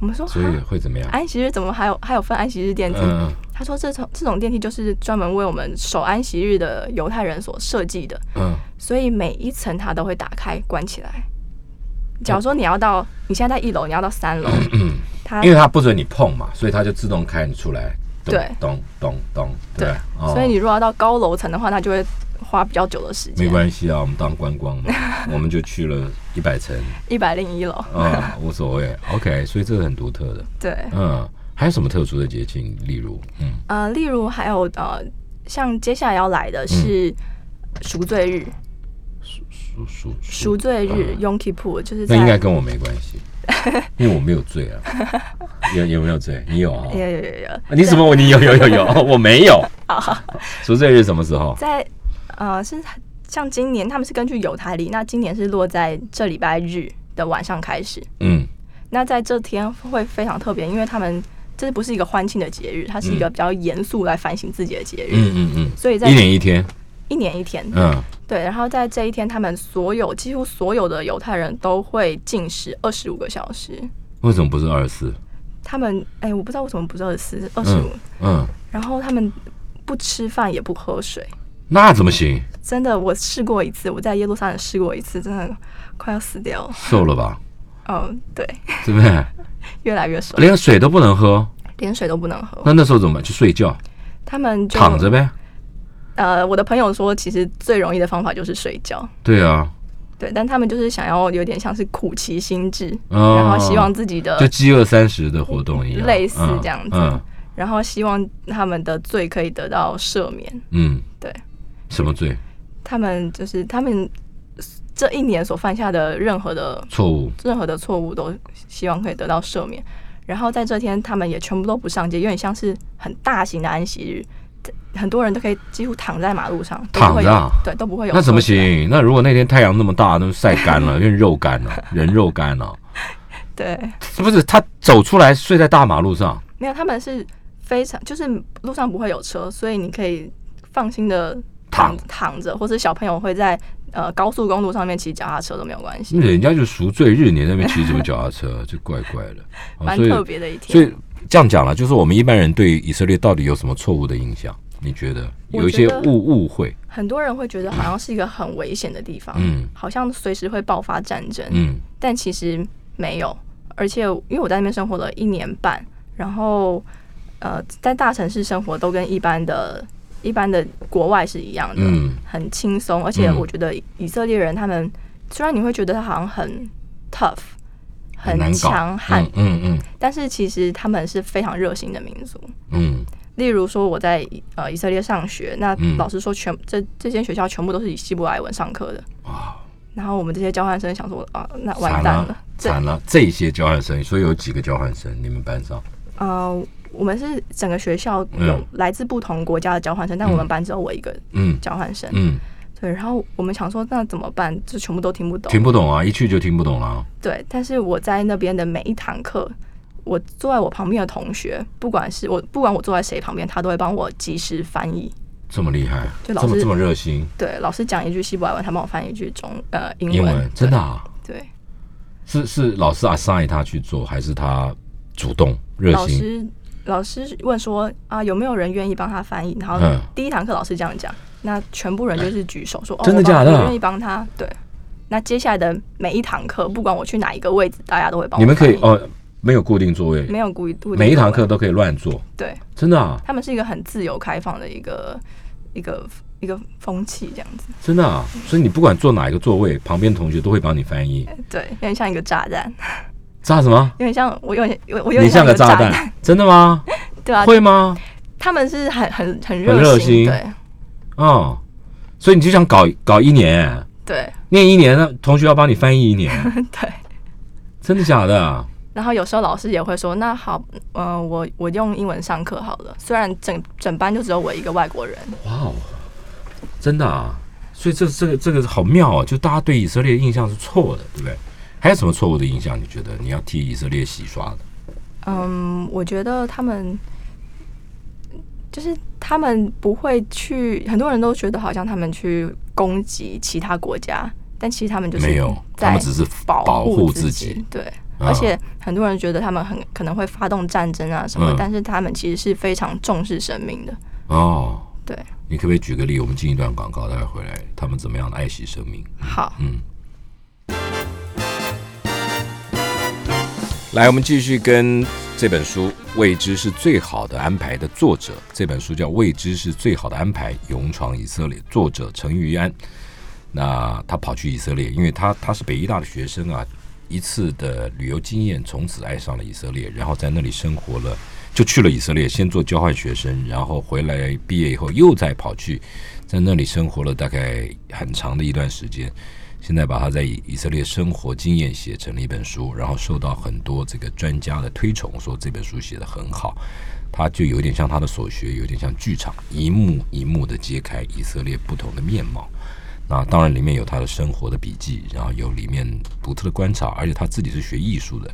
Speaker 3: 我们说
Speaker 2: 所以
Speaker 3: 哈
Speaker 2: 会怎么样？
Speaker 3: 安息日怎么还有还有分安息日电梯？
Speaker 2: 嗯
Speaker 3: 他说这种这种电梯就是专门为我们守安息日的犹太人所设计的，
Speaker 2: 嗯
Speaker 3: 所以每一层它都会打开关起来。假如说你要到你现在在一楼，你要到三楼，
Speaker 2: 嗯，
Speaker 3: 它
Speaker 2: 因为它不准你碰嘛，所以它就自动开你出来，咚
Speaker 3: 对
Speaker 2: 咚咚咚，
Speaker 3: 对
Speaker 2: 吧，哦
Speaker 3: 所以你如果要到高楼层的话，那就会花比较久的时
Speaker 2: 没
Speaker 3: 间，
Speaker 2: 关系啊，我们当观光嘛， 我们就去了一百层
Speaker 3: 一百零一楼。
Speaker 2: 啊，无所谓。OK，所以这是很独特的，
Speaker 3: 对，
Speaker 2: 嗯。还有什么特殊的节庆？例如，嗯，
Speaker 3: 呃，例如还有呃，像接下来要来的是
Speaker 2: 嗯
Speaker 3: 赎罪日，
Speaker 2: 赎赎
Speaker 3: 赎罪日
Speaker 2: 嗯
Speaker 3: Yom Kippur 就是
Speaker 2: 那
Speaker 3: 在
Speaker 2: 应该跟我没关 系，因为我没有醉啊。有有没有醉？你有啊、
Speaker 3: 有有有有
Speaker 2: 啊你怎么？你有有有有， 我没有。赎罪日什么时候？
Speaker 3: 在呃是像今年他们是根据犹太历，那今年是落在这礼拜日的晚上开始。
Speaker 2: 嗯
Speaker 3: 那在这天会非常特别，因为他们这不是一个欢庆的节日，它是一个比较严肃来反省自己的节日，
Speaker 2: 嗯嗯嗯，
Speaker 3: 所以在
Speaker 2: 一年一天，
Speaker 3: 一年一天，
Speaker 2: 嗯
Speaker 3: 对，然后在这一天，他们所有几乎所有的犹太人都会禁食二十五个小时。
Speaker 2: 为什么不是二十四？
Speaker 3: 他们哎，我不知道为什么不是二十二十
Speaker 2: 嗯
Speaker 3: 五，
Speaker 2: 嗯，
Speaker 3: 然后他们不吃饭也不喝水，
Speaker 2: 那怎么行？
Speaker 3: 真的，我试过一次，我在耶路撒冷试过一次，真的快要死掉了。
Speaker 2: 瘦了吧，
Speaker 3: 嗯，对，
Speaker 2: 对不对？
Speaker 3: 越来越瘦，
Speaker 2: 连水都不能喝，
Speaker 3: 连水都不能喝。
Speaker 2: 那那时候怎么办？去睡觉，
Speaker 3: 他们就
Speaker 2: 躺着。呗。
Speaker 3: 呃，我的朋友说，其实最容易的方法就是睡觉。
Speaker 2: 对啊，
Speaker 3: 对，但他们就是想要有点像是苦其心志，
Speaker 2: 哦
Speaker 3: 然后希望自己的
Speaker 2: 就饥饿三十的活动一样，
Speaker 3: 类似
Speaker 2: 嗯
Speaker 3: 这样子
Speaker 2: 嗯
Speaker 3: 然后希望他们的罪可以得到赦免。
Speaker 2: 嗯，
Speaker 3: 对，
Speaker 2: 什么罪？
Speaker 3: 他们就是他们这一年所犯下的任何的
Speaker 2: 错误。
Speaker 3: 任何的错误，都希望可以得到赦免。然后在这天，他们也全部都不上街，有点像是很大型的安息日，这很多人都可以几乎躺在马路上，都不会有
Speaker 2: 躺着啊
Speaker 3: 对，都不会有。
Speaker 2: 那怎么？行？那如果那天太阳那么大，那晒干了，变肉干了，人肉干了，
Speaker 3: 对，
Speaker 2: 是不是？他走出来睡在大马路上，
Speaker 3: 没有，他们是非常就是路上不会有车，所以你可以放心的躺躺着，或者小朋友会在呃高速公路上面骑脚踏车都没有关系，
Speaker 2: 人家就赎罪日，你那边骑什么脚踏车， 就怪怪的。啊
Speaker 3: 蛮
Speaker 2: 所以
Speaker 3: 特别的一天。
Speaker 2: 所以这样讲了，就是我们一般人对以色列到底有什么错误的印象？你觉得
Speaker 3: 我
Speaker 2: 有一些
Speaker 3: 觉得
Speaker 2: 误误会？
Speaker 3: 很多人会觉得好像是一个很危险的地方，
Speaker 2: 嗯
Speaker 3: 好像随时会爆发战争，
Speaker 2: 嗯
Speaker 3: 但其实没有。而且因为我在那边生活了一年半，然后呃，在大城市生活都跟一般的、一般的国外是一样的，
Speaker 2: 嗯
Speaker 3: 很轻松。而且
Speaker 2: 嗯
Speaker 3: 我觉得以色列人他们，虽然你会觉得他好像很 tough、
Speaker 2: 很难
Speaker 3: 很
Speaker 2: 搞
Speaker 3: 强悍，
Speaker 2: 嗯嗯嗯
Speaker 3: 但是其实他们是非常热心的民族。
Speaker 2: 嗯
Speaker 3: 例如说我在呃以色列上学，那
Speaker 2: 嗯
Speaker 3: 老师说全这这间学校全部都是以希伯来文上课的。
Speaker 2: 哇
Speaker 3: 然后我们这些交换生想说啊，那完
Speaker 2: 惨
Speaker 3: 蛋
Speaker 2: 了
Speaker 3: 了，这
Speaker 2: 惨了！这些交换生，所以有几个交换生？你们班上？
Speaker 3: 呃，我们是整个学校有
Speaker 2: 嗯
Speaker 3: 来自不同国家的交换生，但我们班只有我一个
Speaker 2: 嗯
Speaker 3: 交换生。
Speaker 2: 嗯
Speaker 3: 对，然后我们想说那怎么办？就全部都听不懂。
Speaker 2: 听不懂啊，一去就听不懂了啊。
Speaker 3: 对，但是我在那边的每一堂课，我坐在我旁边的同学，不管是我不管我坐在谁旁边，他都会帮我及时翻译。
Speaker 2: 这么厉害，这
Speaker 3: 就老师
Speaker 2: 么这么热心，
Speaker 3: 对，老师讲一句希伯来文，他帮我翻译一句中呃英文。
Speaker 2: 英文真的啊？
Speaker 3: 对。对
Speaker 2: 是是老师 assign 他去做，还是他主动热
Speaker 3: 老
Speaker 2: 心？
Speaker 3: 师老师问说啊，有没有人愿意帮他翻译？然后
Speaker 2: 嗯
Speaker 3: 第一堂课老师这样讲，那全部人就是举手说，哦，
Speaker 2: 真的
Speaker 3: 我帮
Speaker 2: 假的
Speaker 3: 我愿意帮他。对，那接下来的每一堂课，不管我去哪一个位置，大家都会帮我
Speaker 2: 你们可以
Speaker 3: 翻译，
Speaker 2: 哦，没有固定座位，
Speaker 3: 没有故意
Speaker 2: 每一堂课，都可以乱做，
Speaker 3: 对
Speaker 2: 真的啊，
Speaker 3: 他们是一个很自由开放的一个一个一个风气这样子，
Speaker 2: 真的啊。所以你不管坐哪一个座位，旁边同学都会帮你翻译。
Speaker 3: 对，有点像一个炸弹，
Speaker 2: 炸什么？
Speaker 3: 有点像我有点我我有
Speaker 2: 你
Speaker 3: 点
Speaker 2: 像
Speaker 3: 一
Speaker 2: 个
Speaker 3: 个
Speaker 2: 炸
Speaker 3: 弹，
Speaker 2: 弹，真的吗？
Speaker 3: 对 啊，
Speaker 2: 会吗？
Speaker 3: 他们是很很很
Speaker 2: 很热
Speaker 3: 热
Speaker 2: 心
Speaker 3: 对
Speaker 2: 哦，所以你就想搞搞一年，
Speaker 3: 对
Speaker 2: 念一年，那同学要帮你翻译一年，
Speaker 3: 对。
Speaker 2: 真的假的啊？
Speaker 3: 然后有时候老师也会说：“那好，呃，我我用英文上课好了。”虽然整整班就只有我一个外国人，
Speaker 2: 哇哦，真的啊！所以这这个这个好妙哦，就大家对以色列的印象是错的，对不对？还有什么错误的印象？你觉得你要替以色列洗刷的？
Speaker 3: 嗯，我觉得他们就是他们不会去，很多人都觉得好像他们去攻击其他国家，但其实他们就是
Speaker 2: 没有，他
Speaker 3: 在
Speaker 2: 们只是
Speaker 3: 保
Speaker 2: 护
Speaker 3: 自
Speaker 2: 己。
Speaker 3: 对。
Speaker 2: 啊
Speaker 3: 而且很多人觉得他们很可能会发动战争啊什么，
Speaker 2: 嗯
Speaker 3: 但是他们其实是非常重视生命的。
Speaker 2: 哦。
Speaker 3: 对，
Speaker 2: 你可不可以举个例？我们进一段广告，待会回来，他们怎么样的爱惜生命？
Speaker 3: 好，
Speaker 2: 嗯来，我们继续跟这本书《未知是最好的安排》的作者，这本书叫《未知是最好的安排：勇闯以色列》，作者陈玉安。那他跑去以色列，因为他他是北医大的学生啊，一次的旅游经验，从此爱上了以色列，然后在那里生活了，就去了以色列，先做交换学生，然后回来毕业以后又再跑去，在那里生活了大概很长的一段时间。现在把他在以以色列生活经验写成了一本书，然后受到很多这个专家的推崇，说这本书写得很好。他就有点像他的所学，有点像剧场，一幕一幕的揭开以色列不同的面貌。那当然，里面有他的生活的笔记，然后有里面独特的观察，而且他自己是学艺术的，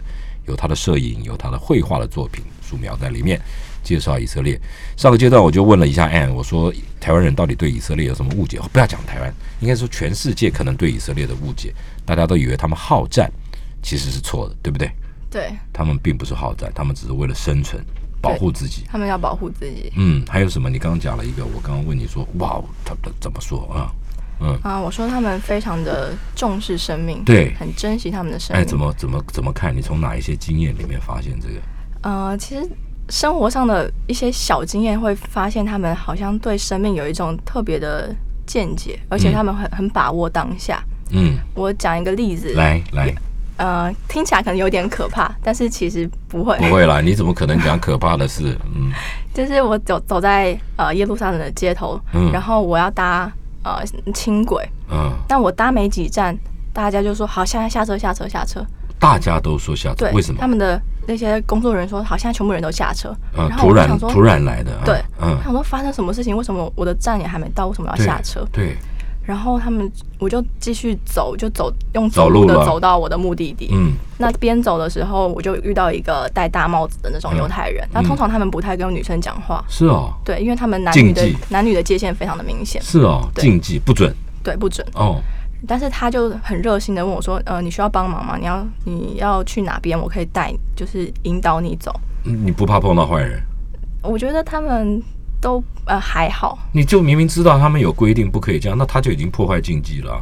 Speaker 2: 有他的摄影，有他的绘画的作品素描在里面，介绍以色列。上个阶段我就问了一下 Anne，我说台湾人到底对以色列有什么误解？哦不要讲台湾，应该说全世界可能对以色列的误解，大家都以为他们好战，其实是错的，对不对？
Speaker 3: 对
Speaker 2: 他们并不是好战，他们只是为了生存，保护自己。
Speaker 3: 他们要保护自己。
Speaker 2: 嗯，还有什么？你刚刚讲了一个，我刚刚问你说，哇，他他怎么说啊？
Speaker 3: 啊，我说他们非常的重视生命，
Speaker 2: 对
Speaker 3: 很珍惜他们的生命。
Speaker 2: 哎，怎么怎么怎么看？你从哪一些经验里面发现这个？
Speaker 3: 呃，其实生活上的一些小经验会发现，他们好像对生命有一种特别的见解，而且他们很很把握当下。
Speaker 2: 嗯，
Speaker 3: 我讲一个例子，
Speaker 2: 来来，
Speaker 3: 呃，听起来可能有点可怕，但是其实不会。
Speaker 2: 不会啦，你怎么可能讲可怕的事？嗯，
Speaker 3: 就是我走走在呃耶路撒冷的街头，
Speaker 2: 嗯
Speaker 3: 然后我要搭呃轻轨，
Speaker 2: 嗯，
Speaker 3: 但我搭没几站，大家就说好，现在下车下车下车。
Speaker 2: 大家都说下车
Speaker 3: 对，，
Speaker 2: 为什么
Speaker 3: 他？们的那些工作人员说，好，现在全部人都下车。
Speaker 2: 呃，
Speaker 3: 然后
Speaker 2: 突
Speaker 3: 我就
Speaker 2: 然
Speaker 3: 想说，
Speaker 2: 突然来的，啊
Speaker 3: 对，
Speaker 2: 嗯
Speaker 3: 我，想说发生什么事情？为什么我的站也还没到？为什么要
Speaker 2: 对
Speaker 3: 下车？
Speaker 2: 对，
Speaker 3: 然后他们我就继续走，就走用
Speaker 2: 走路
Speaker 3: 路的
Speaker 2: 了
Speaker 3: 走到我的目的地。
Speaker 2: 嗯，
Speaker 3: 那边走的时候，我就遇到一个戴大帽子的那
Speaker 2: 嗯
Speaker 3: 种犹太人。那通常他们不太跟女生讲话，
Speaker 2: 是哦，
Speaker 3: 对，因为他们男女的
Speaker 2: 禁忌
Speaker 3: 男女的界限非常的明显，
Speaker 2: 是哦，
Speaker 3: 对
Speaker 2: 禁忌不准
Speaker 3: 对，不准。
Speaker 2: 哦，
Speaker 3: 但是他就很热心的问我说：“呃，你需要帮忙吗？你要你要去哪边？我可以带，就是引导你走。”
Speaker 2: 嗯你不怕碰到坏人？
Speaker 3: 我觉得他们都呃还好，
Speaker 2: 你就明明知道他们有规定不可以这样，那他就已经破坏禁忌了啊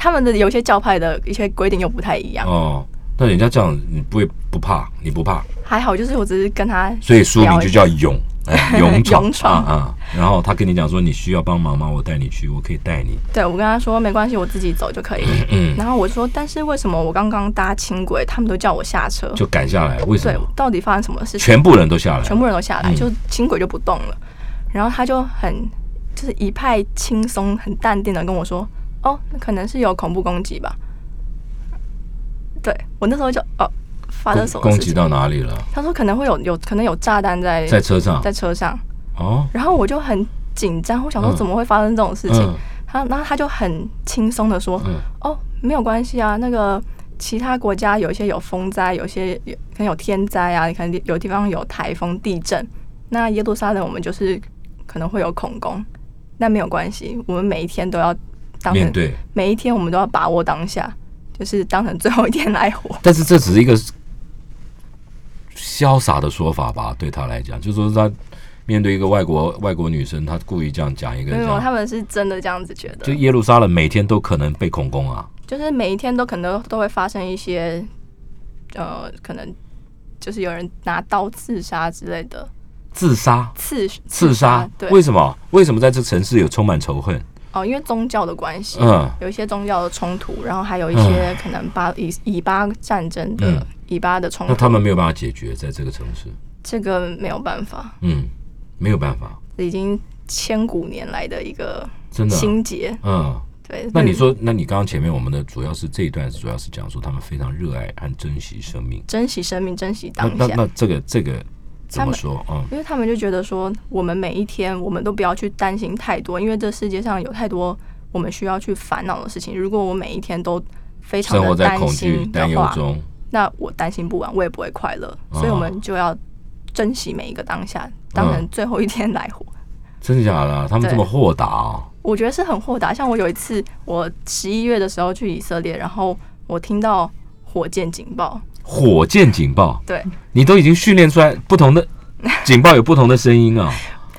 Speaker 3: 他们的有一些教派的一些规定又不太一样。
Speaker 2: 哦。那人家这样，你不会不怕？你不怕？
Speaker 3: 还好，就是我只是跟他
Speaker 2: 所以书名
Speaker 3: 聊一
Speaker 2: 就叫勇，哎 勇闯
Speaker 3: 勇闯
Speaker 2: 啊啊！然后他跟你讲说，你需要帮忙吗？我带你去，我可以带你。
Speaker 3: 对我跟他说没关系，我自己走就可以。
Speaker 2: 嗯
Speaker 3: 然后我就说，但是为什么我刚刚搭轻轨，他们都叫我下车？
Speaker 2: 就赶下来，为什
Speaker 3: 对
Speaker 2: 么？，
Speaker 3: 到底发生什么事情？
Speaker 2: 全部人都嗯下来，
Speaker 3: 全部人都下来，就轻轨就不动了。然后他就很就是一派轻松、很淡定的跟我说：“哦，那可能是有恐怖攻击吧。对”我那时候就哦，发生什
Speaker 2: 攻攻
Speaker 3: 么事
Speaker 2: 击
Speaker 3: 情？
Speaker 2: 到哪里了？
Speaker 3: 他说可能会有有可能有炸弹在
Speaker 2: 在车上
Speaker 3: 在车上，
Speaker 2: 哦，
Speaker 3: 然后我就很紧张，我想说
Speaker 2: 嗯
Speaker 3: 怎么会发生这种事情？
Speaker 2: 嗯
Speaker 3: 他然后他就很轻松的说，哦，没有关系啊，那个其他国家有一些有风灾，有些有可能有天灾啊，可能有地方有台风、地震，那耶路撒冷我们就是可能会有恐攻，那没有关系，我们每一天都要当
Speaker 2: 面
Speaker 3: 成
Speaker 2: 对。
Speaker 3: 每一天我们都要把握当下，就是当成最后一天来 活。
Speaker 2: 但是这只是一个潇洒的说法吧，对他来讲，就是说他面对一个外国外国女生，他故意这样讲一个
Speaker 3: 没
Speaker 2: 人
Speaker 3: 有，他
Speaker 2: 讲，
Speaker 3: 们是真的这样子觉
Speaker 2: 就
Speaker 3: 得，
Speaker 2: 耶路撒冷每天都可能被恐攻啊，
Speaker 3: 就是每一天都可能都会发生一些，呃，可能就是有人拿刀刺杀之类的，
Speaker 2: 自杀。
Speaker 3: 刺
Speaker 2: 刺杀，
Speaker 3: 对，
Speaker 2: 为什么？为什么在这城市有充满仇恨？
Speaker 3: 哦，因为宗教的关系，
Speaker 2: 嗯，
Speaker 3: 有一些宗教的冲突，然后还有一些可能巴以以巴战争的
Speaker 2: 嗯
Speaker 3: 以巴的冲
Speaker 2: 那
Speaker 3: 突，
Speaker 2: 他们没有办法解决，在这个城市，
Speaker 3: 这个没有办法，
Speaker 2: 嗯，没有办法，
Speaker 3: 已经千古年来的一个
Speaker 2: 真的啊，
Speaker 3: 心结，
Speaker 2: 嗯。
Speaker 3: 对。
Speaker 2: 那你说，那你刚刚前面我们的主要是这一段，主要是讲说他们非常热爱和珍惜生命。
Speaker 3: 珍惜生命，珍惜
Speaker 2: 那
Speaker 3: 当
Speaker 2: 那
Speaker 3: 下。
Speaker 2: 那这个这个怎
Speaker 3: 他
Speaker 2: 么
Speaker 3: 们
Speaker 2: 说？嗯，
Speaker 3: 因为他们就觉得说，我们每一天我们都不要去担心太多，因为这世界上有太多我们需要去烦恼的事情。如果我每一天都非常
Speaker 2: 生活
Speaker 3: 的
Speaker 2: 在
Speaker 3: 担
Speaker 2: 恐惧、
Speaker 3: 心
Speaker 2: 担
Speaker 3: 的
Speaker 2: 忧
Speaker 3: 话，
Speaker 2: 中。啊
Speaker 3: 那我担心不完，我也不会快乐。所以我们就要珍惜每一个当下，当成最后一天来活。
Speaker 2: 真的假的啊？他们这
Speaker 3: 对
Speaker 2: 么豁达啊？
Speaker 3: 我觉得是很豁达。像我有一次，我十一月的时候去以色列，然后我听到火箭警报，
Speaker 2: 火箭警报，
Speaker 3: 对
Speaker 2: 你都已经训练出来不同的警报有不同的声音 啊。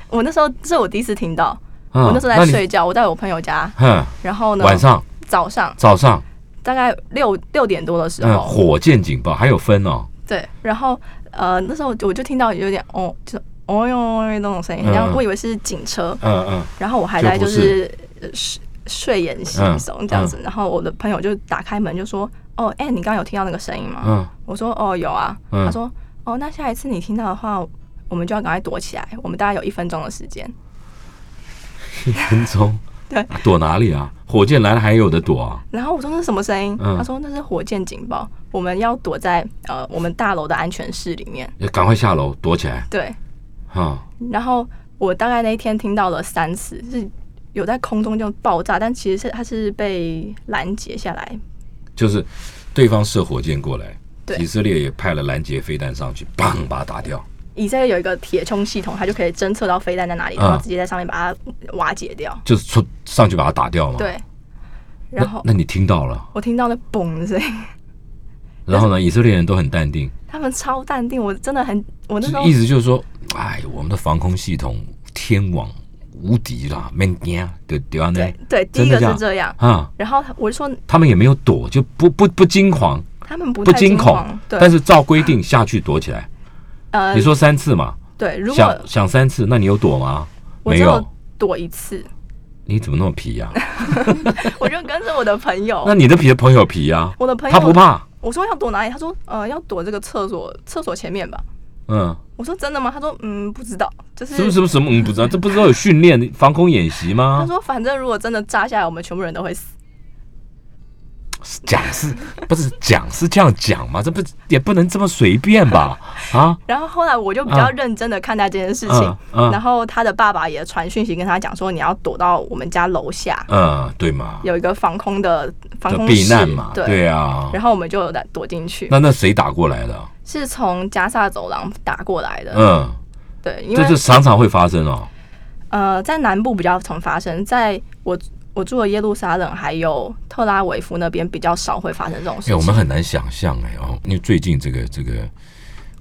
Speaker 3: 我那时候这是我第一次听到，
Speaker 2: 嗯，
Speaker 3: 我那时候
Speaker 2: 那
Speaker 3: 在
Speaker 2: 你
Speaker 3: 睡觉，我在我朋友家，
Speaker 2: 哼，
Speaker 3: 然后呢，
Speaker 2: 晚上、
Speaker 3: 早上。
Speaker 2: 早上，
Speaker 3: 大概六六点多的时
Speaker 2: 嗯，
Speaker 3: 候，
Speaker 2: 火箭警报还有分哦。
Speaker 3: 对，然后呃那时候我就我就听到有点哦，就是哦哟哦哟那种声音，
Speaker 2: 嗯
Speaker 3: 然后我以为是警车，
Speaker 2: 嗯嗯，
Speaker 3: 然后我还在
Speaker 2: 就
Speaker 3: 就
Speaker 2: 不嗯
Speaker 3: 是呃睡睡眼惺忪这样子，然后我的朋友就打开门就说：“哦，哎、你刚刚有听到那个声音吗？”
Speaker 2: 嗯
Speaker 3: 我说：“哦，有啊。
Speaker 2: 嗯
Speaker 3: 他说：“哦，那下一次你听到的话，我们就要赶快躲起来，我们大概有一分钟的时间。”
Speaker 2: 一分钟。
Speaker 3: 对
Speaker 2: 啊，躲哪里啊？火箭来了还有的躲啊？
Speaker 3: 然后我说那是什么声音？
Speaker 2: 嗯
Speaker 3: 他说那是火箭警报，我们要躲在呃我们大楼的安全室里面。
Speaker 2: 要赶快下楼躲起来
Speaker 3: 对，
Speaker 2: 啊！
Speaker 3: 然后我大概那一天听到了三次，是有在空中就爆炸，但其实是它是被拦截下来。
Speaker 2: 就是对方射火箭过来，
Speaker 3: 对
Speaker 2: 以色列也派了拦截飞弹上去，砰，把它打掉。
Speaker 3: 以色列有一个铁穹系统，它就可以侦测到飞弹在哪里，然后
Speaker 2: 嗯
Speaker 3: 直接在上面把它瓦解掉。
Speaker 2: 就是出上去把它打掉嘛。，
Speaker 3: 对，然
Speaker 2: 那
Speaker 3: 后
Speaker 2: 那你听到了，
Speaker 3: 我听到那嘣的声音，
Speaker 2: 然后呢？以色列人都很淡定，
Speaker 3: 他们超淡定，我真的很，我那
Speaker 2: 就
Speaker 3: 时
Speaker 2: 是
Speaker 3: 候
Speaker 2: 意思就是说，哎，我们的防空系统天网无敌啦，没惊对对啊，那
Speaker 3: 对对，第
Speaker 2: 真
Speaker 3: 一
Speaker 2: 的
Speaker 3: 个
Speaker 2: 这样
Speaker 3: 是这样。
Speaker 2: 啊，
Speaker 3: 然后我就说
Speaker 2: 他们也没有躲，就不不不惊慌，
Speaker 3: 他们不
Speaker 2: 不
Speaker 3: 太
Speaker 2: 惊恐
Speaker 3: 慌，，对，
Speaker 2: 但是照规定下去躲起来。
Speaker 3: 呃
Speaker 2: 你，说三次嘛，
Speaker 3: 对，如果
Speaker 2: 想想三次，那你有躲吗？
Speaker 3: 我
Speaker 2: 没
Speaker 3: 只
Speaker 2: 有
Speaker 3: 有，躲一次，
Speaker 2: 你怎么那么皮呀？
Speaker 3: 我就跟着我的朋友
Speaker 2: 那，你的皮的朋友皮呀，
Speaker 3: 我的朋友
Speaker 2: 他不怕，
Speaker 3: 我说要躲哪里？他说呃要躲这个厕所，厕所前面吧。
Speaker 2: 嗯，
Speaker 3: 我说真的吗？他说嗯不知道，就是
Speaker 2: 是不是什么什么？嗯，不知道，这不是都有训练防空演习吗
Speaker 3: 他？说反正如果真的炸下来，我们全部人都会死。
Speaker 2: 讲是不是讲是这样讲吗？这不也不能这么随便吧？啊，
Speaker 3: 然后后来我就比较认真的看待这件事情。
Speaker 2: 嗯嗯
Speaker 3: 然后他的爸爸也传讯息跟他讲说，你要躲到我们家楼下
Speaker 2: 嗯，对嘛，
Speaker 3: 有一个防空的防
Speaker 2: 这
Speaker 3: 空
Speaker 2: 避
Speaker 3: 室
Speaker 2: 难嘛，
Speaker 3: 对。
Speaker 2: 对啊。
Speaker 3: 然后我们就来躲进去，
Speaker 2: 那那谁打过来的？
Speaker 3: 是从加萨走廊打过来的。
Speaker 2: 嗯，
Speaker 3: 对，呃因为
Speaker 2: 这是常常会发生哦。
Speaker 3: 呃，在南部比较常发生，在我我住的耶路撒冷还有特拉维夫那边比较少会发生这种事
Speaker 2: 哎，
Speaker 3: 情。
Speaker 2: 我们很难想象哎哦，因为最近这个这个，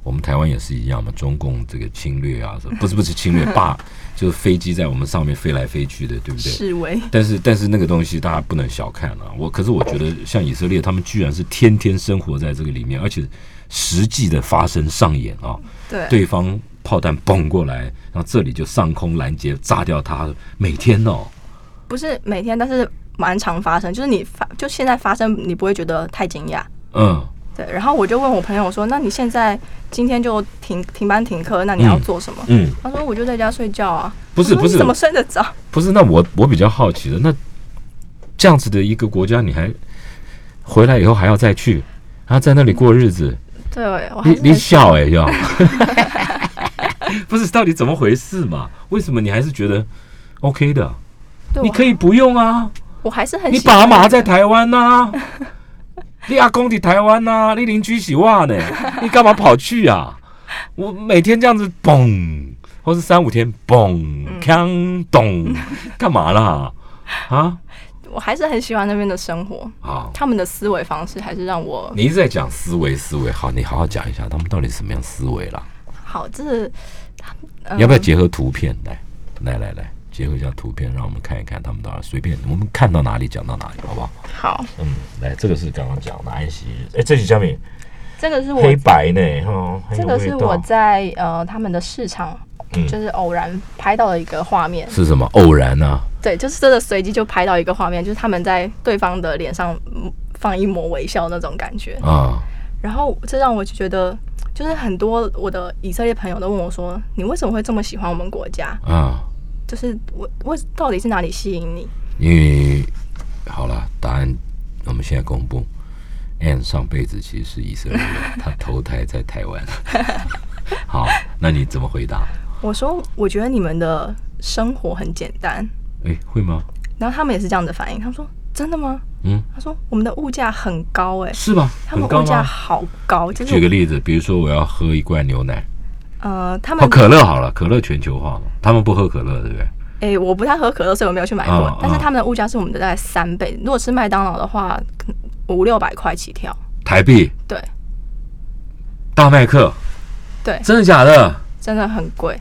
Speaker 2: 我们台湾也是一样嘛，中共这个侵略啊， 什么不是不是侵略，霸就是飞机在我们上面飞来飞去的，对不对？
Speaker 3: 示威，
Speaker 2: 但是但是那个东西大家不能小看啊！我可是我觉得像以色列，他们居然是天天生活在这个里面，而且实际的发生上演啊，
Speaker 3: 对
Speaker 2: 对方炮弹蹦过来，然后这里就上空拦截炸掉它，每天哦，
Speaker 3: 不是每天，但是蛮常发生。就是你发，就现在发生，你不会觉得太惊讶。
Speaker 2: 嗯，
Speaker 3: 对，然后我就问我朋友说：“那你现在今天就停停班停课，那你要
Speaker 2: 嗯
Speaker 3: 做什么？”
Speaker 2: 嗯
Speaker 3: 他说：“我就在家睡觉啊。”
Speaker 2: 不是
Speaker 3: 我说
Speaker 2: 不
Speaker 3: 你
Speaker 2: 是
Speaker 3: 怎么睡得着？
Speaker 2: 不是，那我我比较好奇的，那这样子的一个国家，你还回来以后还要再去，然后在那里过日子，
Speaker 3: 对，我还
Speaker 2: 你
Speaker 3: 是
Speaker 2: 你
Speaker 3: 很
Speaker 2: 笑哎、 要，不是到底怎么回事嘛？为什么你还是觉得 OK 的？
Speaker 3: 对
Speaker 2: 你
Speaker 3: 我
Speaker 2: 可以不用啊，
Speaker 3: 我还是很
Speaker 2: 你
Speaker 3: 喜欢
Speaker 2: 爸妈在台湾呐、 你阿公在台湾呐、你邻居洗袜呢，你干嘛跑去啊？我每天这样子嘣，或是三五天嘣
Speaker 3: 嗯
Speaker 2: 锵咚，干嘛啦？啊
Speaker 3: 我还是很喜欢那边的生活，
Speaker 2: 好，
Speaker 3: 他们的思维方式还是让我
Speaker 2: 你一直在讲思维思维，好，你好好讲一下他们到底什么样思维啦？
Speaker 3: 好，这是、呃
Speaker 2: 你要不要结合图片来？来来来，结合一下图片，让我们看一看他们到底随便我们看到哪里讲到哪里，好不好？
Speaker 3: 好？
Speaker 2: 嗯，来，这个是刚刚讲的安息日。哎，这几下面
Speaker 3: 这个是我
Speaker 2: 黑白呢，哈，很
Speaker 3: 这
Speaker 2: 有
Speaker 3: 个
Speaker 2: 味
Speaker 3: 是
Speaker 2: 道
Speaker 3: 我在呃他们的市场，
Speaker 2: 嗯
Speaker 3: 就是偶然拍到的一个画面。
Speaker 2: 是什么偶然啊？
Speaker 3: 对，就是真的随机就拍到一个画面，就是他们在对方的脸上嗯放一抹微笑那种感觉。
Speaker 2: 啊，
Speaker 3: 然后这让我就觉得，就是很多我的以色列朋友都问我说：“你为什么会这么喜欢我们国家？
Speaker 2: 啊，
Speaker 3: 就是我我到底是哪里吸引你
Speaker 2: 因为好了，答案我们现在公布。Anne 上辈子其实是以色列人，她投胎在台 湾。好，那你怎么回答？？”
Speaker 3: 我说：“我觉得你们的生活很简单。
Speaker 2: 哎，会吗？”
Speaker 3: 然后他们也是这样的反应，他们说：“真的吗？”
Speaker 2: 嗯，
Speaker 3: 他说：“我们的物价很高、欸，哎，
Speaker 2: 是吧？
Speaker 3: 他
Speaker 2: 很
Speaker 3: 们
Speaker 2: 高
Speaker 3: 物价
Speaker 2: 吗？
Speaker 3: 好高，就是
Speaker 2: 举个例子，比如说我要喝一罐牛奶，
Speaker 3: 呃，他
Speaker 2: 哦，
Speaker 3: 们
Speaker 2: 可乐好了，可乐全球化嘛，他们不喝可乐，对不对？
Speaker 3: 诶，我不太喝可乐，所以我没有去买过。
Speaker 2: 啊
Speaker 3: 但是
Speaker 2: 啊
Speaker 3: 他们的物价是我们的大概三倍，如果吃麦当劳的话，可能五六百块起跳。
Speaker 2: 台币
Speaker 3: 对
Speaker 2: 大麦克，
Speaker 3: 对，
Speaker 2: 真的假的？
Speaker 3: 真的很贵。